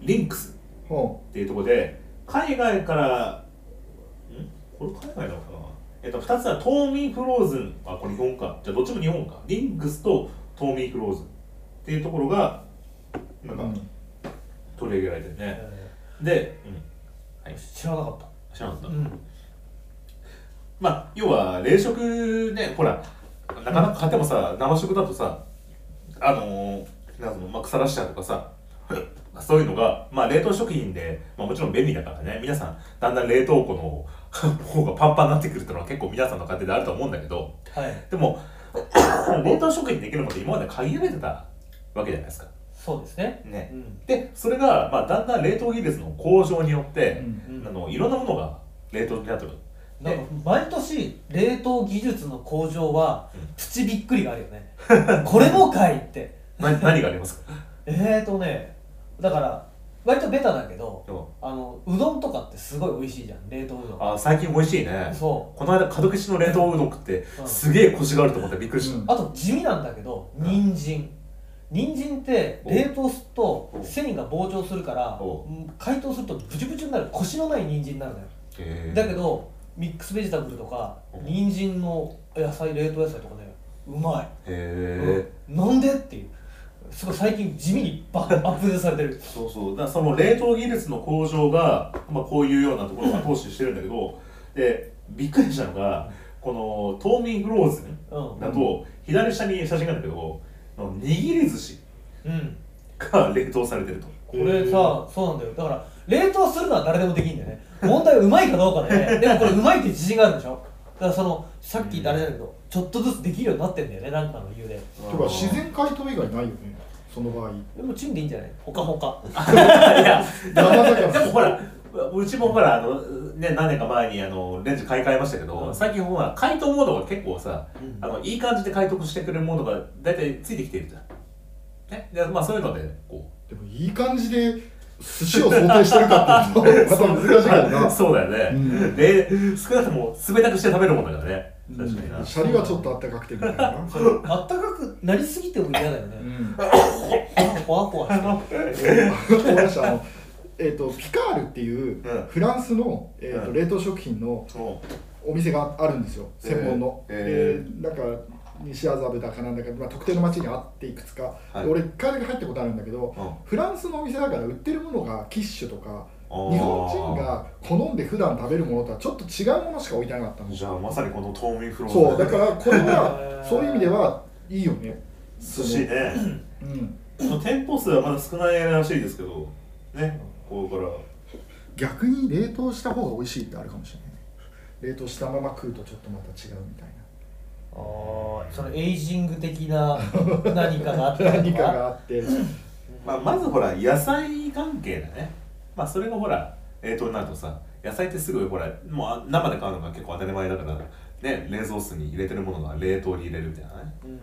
Speaker 1: リンクス
Speaker 3: ほ
Speaker 1: っていうところで海外からんこれ海外なのかなえっと2つはトーミーフローズンあこれ日本かじゃあどっちも日本かリンクスとトーミーフローズンっていうところがな
Speaker 3: うんうん
Speaker 1: か取り上げられてるね、
Speaker 2: え
Speaker 1: で、うん、
Speaker 2: ー知らなかっ
Speaker 1: 知らなかったた、
Speaker 2: うん
Speaker 1: まあ要は冷食ねほらなかなか買ってもさ生食だとさあのーなんかそのまあ、腐らしちゃうとかさ そういうのが、まあ、冷凍食品で、まあ、もちろん便利だからね皆さんだんだん冷凍庫の 方がパンパンになってくるっていうのは結構皆さんの家庭であると思うんだけど
Speaker 2: はい
Speaker 1: でも 冷凍食品できるのって今まで限られてたわけじゃないですか
Speaker 2: そうですね
Speaker 1: ね
Speaker 2: うん
Speaker 1: でそれが、まあ、だんだん冷凍技術の向上によって、
Speaker 2: うん
Speaker 1: あのいろんなものが冷凍になってくる
Speaker 2: なんか毎年冷凍技術の向上は
Speaker 1: うん
Speaker 2: プチびっくりがあるよね これもかいって
Speaker 1: な何がありますか
Speaker 2: えーとねだから割とベタだけど
Speaker 1: でも
Speaker 2: あのうどんとかってすごい美味しいじゃん冷凍うどん
Speaker 1: あ最近美味しいね
Speaker 2: そ
Speaker 1: この間門口の冷凍うどん食って
Speaker 2: うん
Speaker 1: すげえコシがあると思ってびっくりした、
Speaker 3: うん
Speaker 2: うあと地味なんだけど
Speaker 1: うん
Speaker 2: 人参人参って
Speaker 1: お
Speaker 2: 冷凍すると
Speaker 1: お
Speaker 2: 繊維が膨張するから
Speaker 1: お
Speaker 2: うん解凍するとブチブチになるコシのない人参になるのよ
Speaker 1: へー
Speaker 2: だけどミックスベジタブルとか
Speaker 1: お
Speaker 2: 人参の野菜冷凍野菜とかねうまい
Speaker 1: へえ、
Speaker 2: うんなんでっていうすごい最近地味にバッアップデートされてる
Speaker 1: そうそうだからその冷凍技術の向上が、まあ、こういうようなところが投資してるんだけどでびっくりしたのがこのトーミーグローズ
Speaker 2: うん
Speaker 1: だと左下に写真があるんだけどの握り寿司
Speaker 2: うん
Speaker 1: が冷凍されてると
Speaker 2: これさそうなんだよだから冷凍するのは誰でもできるんだよね問題はうまいかどうかだよね でもこれうまいって自信があるでしょだからそのさっき言ったあれだけど、ちょっとずつできるようになってんだよねなんかの理由で
Speaker 3: てか自然解凍以外ないよねその場合
Speaker 2: でもチンでいいんじゃないほかほ か
Speaker 1: いや
Speaker 3: 山崎
Speaker 1: で
Speaker 3: は
Speaker 1: もほらうちもほらあの、ね、何年か前にあのレンジ買い替えましたけど、
Speaker 2: うん
Speaker 1: 最近ほら解凍モードが結構さ、
Speaker 2: うん
Speaker 1: あのいい感じで解凍してくれるものが大体ついてきてるじゃん。ね、でまあそういうのでこう。
Speaker 3: でもいい感じで寿司を想定してるかっていうとまた難しいからな
Speaker 1: そうだよね、
Speaker 3: うん
Speaker 1: で少なくとも冷たくして食べるものだからね
Speaker 3: うん
Speaker 1: 確かにな、
Speaker 3: シャリはちょっとあったかくてみたいな、
Speaker 2: あったかくなりすぎても嫌だよね、
Speaker 3: ん、
Speaker 2: ほわほわ してる
Speaker 3: 思い出したあのえっとピカールっていう
Speaker 1: うん
Speaker 3: フランスの、えー、
Speaker 1: う
Speaker 3: と
Speaker 1: ん
Speaker 3: 冷凍食品の
Speaker 1: お
Speaker 3: お店があるんですよ専門の、
Speaker 1: え
Speaker 3: えなんか西麻布だかなんだか、まあ、特定の町にあっていくつか、
Speaker 1: はい
Speaker 3: 俺一回だけ入ったことあるんだけどフランスのお店だから売ってるものがキッシュとか日本人が好んで普段食べるものとはちょっと違うものしか置いてなかったの
Speaker 1: じゃあまさにこの冬眠フローズ
Speaker 3: そうだからこれ
Speaker 2: へ
Speaker 3: は
Speaker 2: ー
Speaker 3: そういう意味ではいいよね
Speaker 1: 寿司ね
Speaker 3: うん
Speaker 1: まあ店舗数はまだ少ないらしいですけどねここから
Speaker 3: 逆に冷凍した方が美味しいってあるかもしれない冷凍したまま食うとちょっとまた違うみたいな
Speaker 2: あーそのエイジング的な何かがあった
Speaker 3: 何
Speaker 2: りと
Speaker 3: か
Speaker 2: か
Speaker 3: があって
Speaker 1: まあ、まずほら野菜関係だねまあそれがほら冷凍になるとさ野菜ってすぐほらもうあ生で買うのが結構当たり前だからね冷蔵室に入れてるものが冷凍に入れるみたいなね
Speaker 2: うん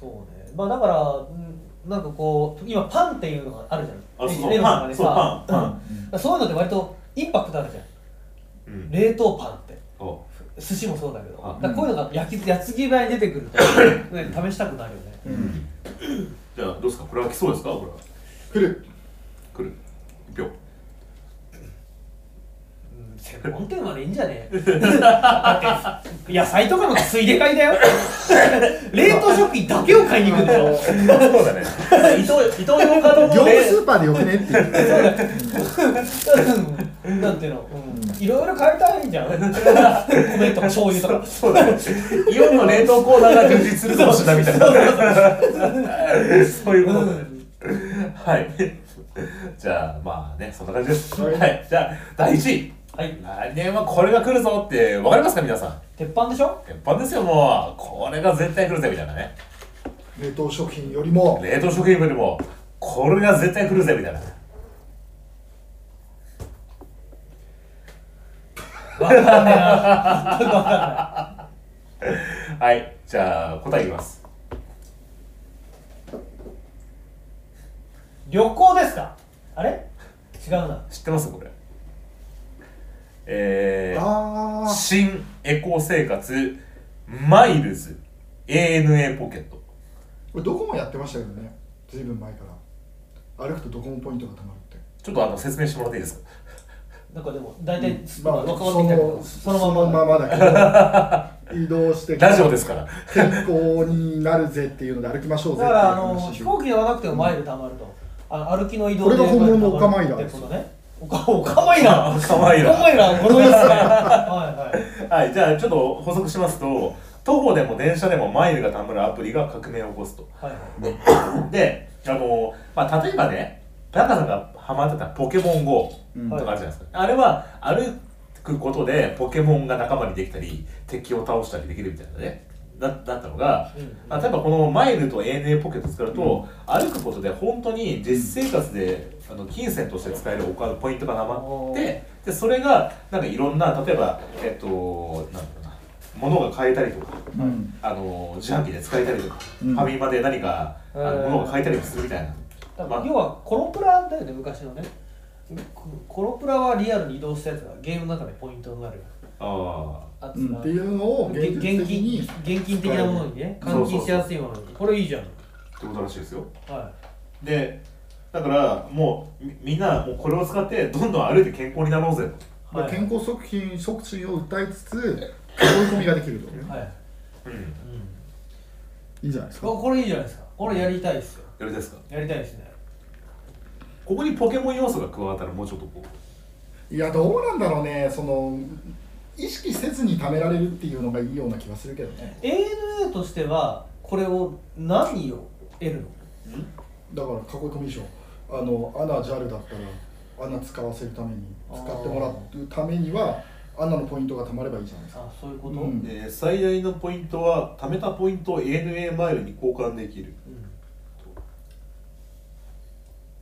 Speaker 2: そうねまあだからうんなんかこう今パンっていうのがあるじゃん
Speaker 1: あそうそう
Speaker 2: レモン
Speaker 1: パ
Speaker 2: が
Speaker 1: ン
Speaker 2: ね
Speaker 1: そうパンパ
Speaker 2: さ
Speaker 1: ン
Speaker 2: そういうのって割とインパクトあるじゃん
Speaker 1: うん
Speaker 2: 冷凍パンって
Speaker 1: お
Speaker 2: 寿司もそうだけど
Speaker 1: あ
Speaker 2: だからこういうのが焼きやつぎ早に出てくると、 ね、試したくなるよね
Speaker 3: うん
Speaker 1: じゃあどうですかこれは来そうですかこれは
Speaker 3: 来る
Speaker 1: 来る一票
Speaker 2: うん専門店までいいんじゃ ねえだって野菜とかのついで買いだ よ冷凍食品だけを買いに行くんだよ
Speaker 1: そうだね
Speaker 2: 伊藤伊藤洋華堂
Speaker 3: 業
Speaker 2: の
Speaker 3: 務
Speaker 2: 冷
Speaker 3: スーパーでよくねっていう
Speaker 2: うんなんていうの、うんいろいろ買いたいじゃん米とか醤油とか
Speaker 1: そうだ ねイオンの冷凍コーナーが充実するかもしれないみたいなそういうことだね、はいじゃあまあねそんな感じです
Speaker 3: は
Speaker 1: はいい、じゃあ第1位
Speaker 2: はい
Speaker 1: 来年はこれが来るぞって分かりますか皆さん
Speaker 2: 鉄板でしょ
Speaker 1: 鉄板ですよもうこれが絶対来るぜみたいなね
Speaker 3: 冷凍食品よりも
Speaker 1: 冷凍食品よりもこれが絶対来るぜみたいな
Speaker 2: わかんないな全くわかんない
Speaker 1: はいじゃあ答えいきます
Speaker 2: 旅行ですかあれ違うな
Speaker 1: 知ってますこれえー、
Speaker 3: ああ
Speaker 1: 新エコ生活マイルズ ANA ポケット
Speaker 3: これどこもやってましたけどねずいぶん前から歩くとどこもポイントがたまるって
Speaker 1: ちょっとあの説明してもらっていいですか
Speaker 2: なんかでも大体、
Speaker 3: まあ
Speaker 2: まあ、分かって
Speaker 3: そ
Speaker 2: きたけ
Speaker 3: の
Speaker 2: ど
Speaker 3: そ
Speaker 2: そ
Speaker 3: の
Speaker 2: のまんま
Speaker 3: ままだけど移動して
Speaker 1: ラジオですから
Speaker 3: 健康になるぜっていうので歩きましょうぜ
Speaker 2: だ
Speaker 3: っ
Speaker 2: か
Speaker 3: ていう
Speaker 2: らあの
Speaker 3: 話
Speaker 2: 飛行機ではなくてもマイル貯まると、あの歩きの移動
Speaker 3: これが本物の
Speaker 2: マイル貯まる
Speaker 3: オカマイラー
Speaker 2: ってことねオカオカマイラー
Speaker 1: オカマイラー
Speaker 2: オカマイラーこれですねはいはい
Speaker 1: はいじゃあちょっと補足しますと徒歩でも電車でもマイルがたまるアプリが革命を起こすと
Speaker 2: はいはい
Speaker 1: であの、まあ、例えばね中さんがハマってたポケモン GO
Speaker 3: うん
Speaker 1: とかあるじゃないですか、あれは歩くことでポケモンが仲間にできたり敵を倒したりできるみたいなねだだったのが、
Speaker 2: うん
Speaker 1: まあ例えばこのマイルと ANA ポケット使うと、歩くことで本当に実生活であの金銭として使えるお金ポイントがたまってでそれがなんかいろんな例えばえっとなんだろうな物が買えたりとか
Speaker 3: うん
Speaker 1: あの自販機で使えたりとか、
Speaker 3: うん
Speaker 1: ファミマで何かあの
Speaker 2: えー
Speaker 1: 物が買えたりもするみたいな。
Speaker 2: だか
Speaker 1: ま
Speaker 2: ら
Speaker 1: あ
Speaker 2: 要はコロプラだよね昔のねココロプラはリアルに移動したやつがゲームの中でポイントになる
Speaker 1: あ
Speaker 2: あ
Speaker 3: う
Speaker 2: つ
Speaker 3: ん、っ
Speaker 2: が
Speaker 3: ていうのを現
Speaker 2: 現
Speaker 3: 実的
Speaker 2: 現金
Speaker 3: に
Speaker 2: 現金的なものにね
Speaker 1: そうそうそう
Speaker 2: 換金しやすいものにこれいいじゃん
Speaker 1: あってことらしいですよ
Speaker 2: は
Speaker 1: でだからもうみみんなもうこれを使ってどんどん歩いて健康になろうぜ
Speaker 2: いはい
Speaker 3: 健康食品促進を訴えつつ追い込みができると
Speaker 2: はい、うん、
Speaker 1: と、うん、
Speaker 3: いいじゃないですか
Speaker 2: ここれいいじゃないですかこれやりたいですよ
Speaker 1: やりですか
Speaker 2: やりたいですね
Speaker 1: ここにポケモン要素が加わったらもうちょっとこ
Speaker 3: いやどうなんだろうねその意識せずに貯められるっていうのがいいような気がするけどね
Speaker 2: ANA としてはこれを何を得るの
Speaker 3: だから囲い込みでしょあの穴 JAL だったら穴使わせるために使ってもらうためには穴のポイントが貯まればいいじゃないですか
Speaker 2: あそういうこと、
Speaker 3: う
Speaker 2: うん
Speaker 1: う、
Speaker 2: ん
Speaker 1: で最大のポイントは貯めたポイントを ANA マイルに交換できる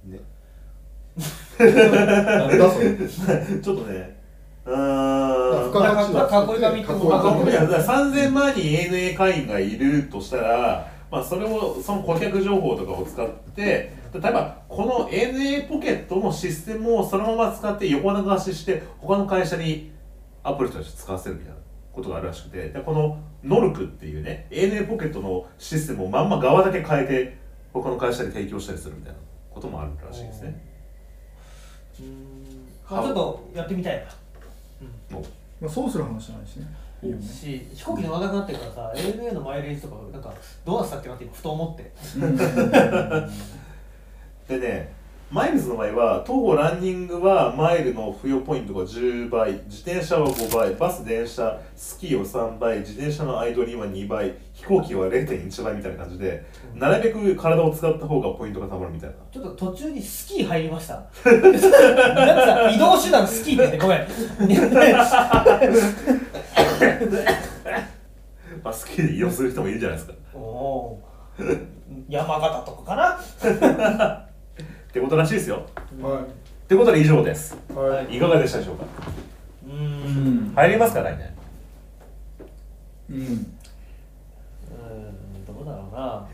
Speaker 1: ね
Speaker 3: なんだそれ
Speaker 1: ちょっとねう
Speaker 3: だ
Speaker 1: ーん
Speaker 3: から付加価値
Speaker 2: 囲い
Speaker 3: は
Speaker 2: 込みってこ
Speaker 3: 囲い
Speaker 2: と
Speaker 1: まあ、
Speaker 3: 込
Speaker 1: こ
Speaker 3: み
Speaker 1: こに
Speaker 3: だ
Speaker 1: は
Speaker 3: よ
Speaker 1: だから3000万人 ANA 会員がいるとしたら、まあ、それをその顧客情報とかを使って例えばこの ANA ポケットのシステムをそのまま使って横流しして他の会社にアプリとして使わせるみたいなことがあるらしくてでこのノルクっていうね ANA ポケットのシステムをまんま側だけ変えて他の会社で提供したりするみたいなこともあるらしいですね。
Speaker 2: うんまあちょっとやってみたいな
Speaker 1: もう
Speaker 3: まあ、そうする話じゃないしねいいよね
Speaker 2: し飛行機乗らなくなってからさ ANA のマイレージとかなんかどうだったっけなって今ふと思って
Speaker 1: でねマイルズの場合は徒歩ランニングはマイルの付与ポイントが10倍自転車は5倍バス電車スキーを3倍自転車のアイドリンは2倍飛行機は0.1倍みたいな感じでなるべく体を使った方がポイントがたまるみたいな
Speaker 2: ちょっと途中にスキー入りましたなんかさ移動手段スキーって言ってごめん
Speaker 1: まあスキーで移動する人もいるじゃないですか
Speaker 2: おおー山形とかかな
Speaker 1: ってことらしいですよ
Speaker 3: は
Speaker 1: ってことで以上です
Speaker 3: いはい、
Speaker 1: いかがでしたでしょうか
Speaker 2: う
Speaker 3: うんん
Speaker 1: 入りますか来年
Speaker 3: うん、
Speaker 2: うんどうだろうな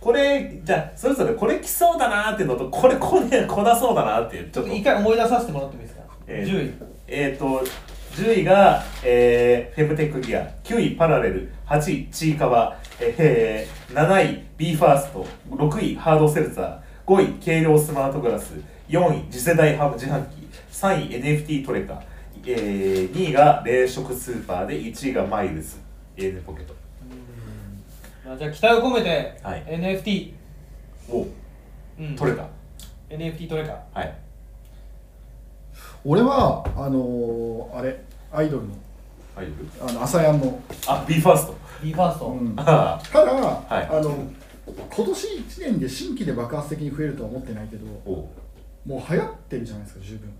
Speaker 1: これじゃあそれぞれこれ来そうだなーっていうのとこれ来ねえ来なそうだなーっていうち
Speaker 2: ち
Speaker 1: ょ
Speaker 2: ょ
Speaker 1: っ
Speaker 2: っ
Speaker 1: と
Speaker 2: と一回思い出させてもらってもいいですか、
Speaker 1: えー
Speaker 2: 10位
Speaker 1: えー、と10位が、えーフェムテックギア9位パラレル8位ちいかわ、えー7位 b ファースト6位ハードセルツァー5位軽量スマートグラス4位次世代ハム自販機3位 NFT トレカ、えー2位が冷食スーパーで1位がマイルズ AN ポケット
Speaker 2: まあ、じゃあ期待を込めて、
Speaker 1: はい
Speaker 2: NFT、
Speaker 1: お
Speaker 2: うん
Speaker 1: トレカ
Speaker 2: NFT トレカ
Speaker 1: はい
Speaker 3: 俺はあのーあれアイドルの
Speaker 1: アイドル
Speaker 3: あの朝やんの、
Speaker 1: あ b ファースト
Speaker 2: b ファースト、
Speaker 3: うんただ、
Speaker 1: あい
Speaker 3: あの今年1年で新規で爆発的に増えるとは思ってないけど
Speaker 1: ーお
Speaker 3: もう流行ってるじゃないですか十分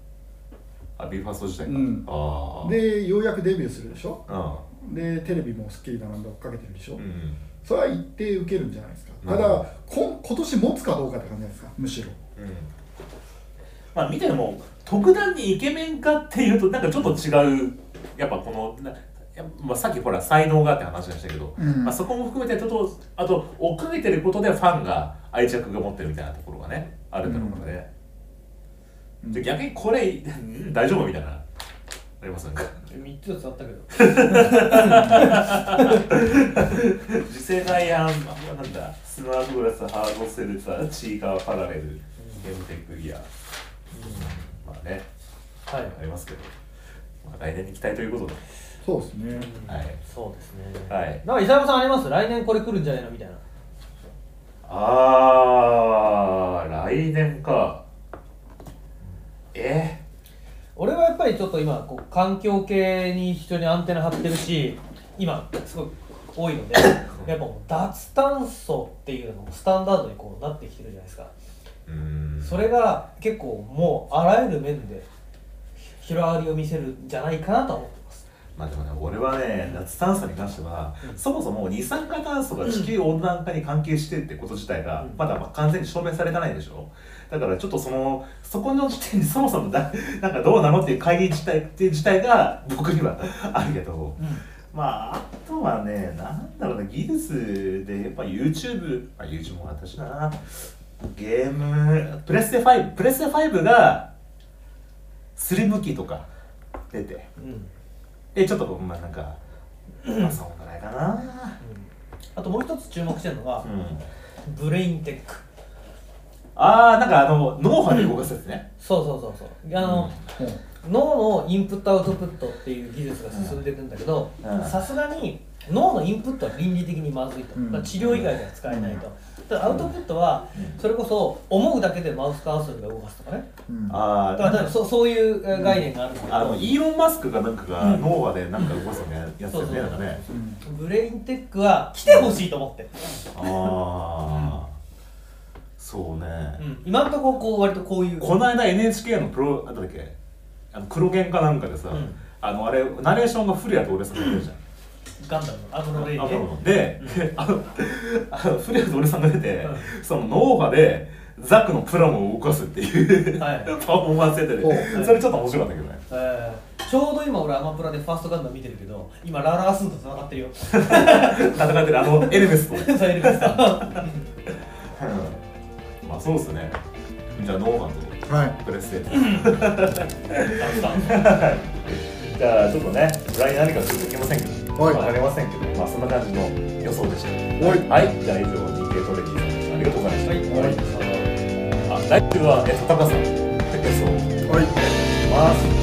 Speaker 1: あ b ファースト自体か、
Speaker 3: うん
Speaker 1: ああ
Speaker 3: でようやくデビューするでしょ
Speaker 1: うん
Speaker 3: でテレビも『スッキリ』だなんだ追っかけてるでしょ、
Speaker 1: うん
Speaker 3: それは一定受けるんじゃないですか
Speaker 1: うん
Speaker 3: ただこ今年持つかどうかって感じじゃないですかむしろ
Speaker 1: うんまあ見ても特段にイケメンかっていうとなんかちょっと違うやっぱこのなやっぱまあ、さっきほら才能がって話でしたけど、
Speaker 3: うん
Speaker 1: まあ、そこも含めてちょっとあと追っかけてることでファンが愛着が持ってるみたいなところがねあるんだろうからね、
Speaker 3: うん
Speaker 1: で逆にこれうん大丈夫みたいななりますなんか
Speaker 2: 3つずつあったけど
Speaker 1: 次世代アンあなんだスマートグラスハードセルツァーチーガーパラレルゲームテックギア、まあね
Speaker 2: はい、
Speaker 1: ありますけど、まあ、来年に期待ということで
Speaker 3: そうですね
Speaker 1: はい
Speaker 2: そうですね
Speaker 1: はい
Speaker 2: なんか伊沢さんあります来年これ来るんじゃないのみたいな
Speaker 1: あー来年かえ
Speaker 2: 俺はやっぱりちょっと今こう環境系に非常にアンテナ張ってるし今すごい多い のでやっぱもう脱炭素っていうのもスタンダードにこうなってきてるじゃないですか
Speaker 1: うーん
Speaker 2: それが結構もうあらゆる面で広がりを見せるんじゃないかなと思ってます
Speaker 1: まあでもね俺はね夏炭素に関しては、
Speaker 2: うん
Speaker 1: そもそも二酸化炭素が地球温暖化に関係してるってこと自体が、
Speaker 2: うん
Speaker 1: まだまあ完全に証明されてないでしょだからちょっとそのそこの時点でそもそもだなんかどうなのっていう会議自体っていう自体が僕にはあるけど、まあ、あとはね、なんだろうな、技術で、やっぱ YouTube、あ、YouTube も私だな、ゲーム、プレステ5、プレステ5が、スリム機とか出て、
Speaker 2: うん、うん
Speaker 1: で、ちょっとこう、まあなんか、まあ、そんぐらいかな。
Speaker 2: あともう一つ注目してるのが
Speaker 1: う、ん。
Speaker 2: ブレインテック
Speaker 1: あー、なんかあの、脳波で動かすやつね。
Speaker 2: そうそうそうそうあの、
Speaker 3: もう
Speaker 2: 脳のインプットアウトプットっていう技術が進んでいくんだけど
Speaker 1: うん
Speaker 2: さすがに脳のインプットは倫理的にまずいと、
Speaker 3: うん
Speaker 2: まあ治療以外では使えないと、ただアウトプットはそれこそ思うだけでマウスカーソルが動かすとかね
Speaker 3: うん
Speaker 1: あ
Speaker 2: だから
Speaker 1: ー、
Speaker 2: 多分そうそういうえー概念があるんだけ
Speaker 1: あ
Speaker 2: ど、
Speaker 1: の、イーロン・マスクがなんかが、脳波でなんか動かすよねやつだよね、
Speaker 2: う
Speaker 1: なんんかね。
Speaker 3: うん
Speaker 2: ブレインテックは来てほしいと思って、
Speaker 1: あー、そうね。
Speaker 2: うん、今のところこう割とこういう
Speaker 1: この間 NHK のプロあなんだっけあの黒弦かなんかでさ、
Speaker 2: うん
Speaker 1: あのあれナレーションが古谷と俺さんが出てるじゃん。
Speaker 2: ガンダムのアブロレイ
Speaker 1: あ
Speaker 2: ね
Speaker 1: そうで、あのあの古谷と俺さんが出て、
Speaker 2: う
Speaker 1: その脳波でザックのプラモを動かすっていう、
Speaker 2: は い
Speaker 1: パフォーマンスやってて、
Speaker 3: お
Speaker 1: それちょっと面白かったけどね。
Speaker 2: えーちょうど今俺アマプラでファーストガンダム見てるけど今ララースンと繋がってるよ
Speaker 1: 戦ってるあのエルメスと。
Speaker 2: そうエルメスさん
Speaker 1: うんまあそうですね。じゃあ脳波と
Speaker 3: はい
Speaker 1: プレス テ。
Speaker 2: 脱炭素
Speaker 1: じゃあちょっとね来年何かちょっといけませんけど。
Speaker 3: はい
Speaker 1: わかりませんけど、まあ、そんな感じの予想でした。
Speaker 3: はい
Speaker 1: はい、じゃあ以上、DK トレディさん、ありがとうございました。あ、
Speaker 2: はい
Speaker 1: 来週は、えっと、高さん、予想をお願いします。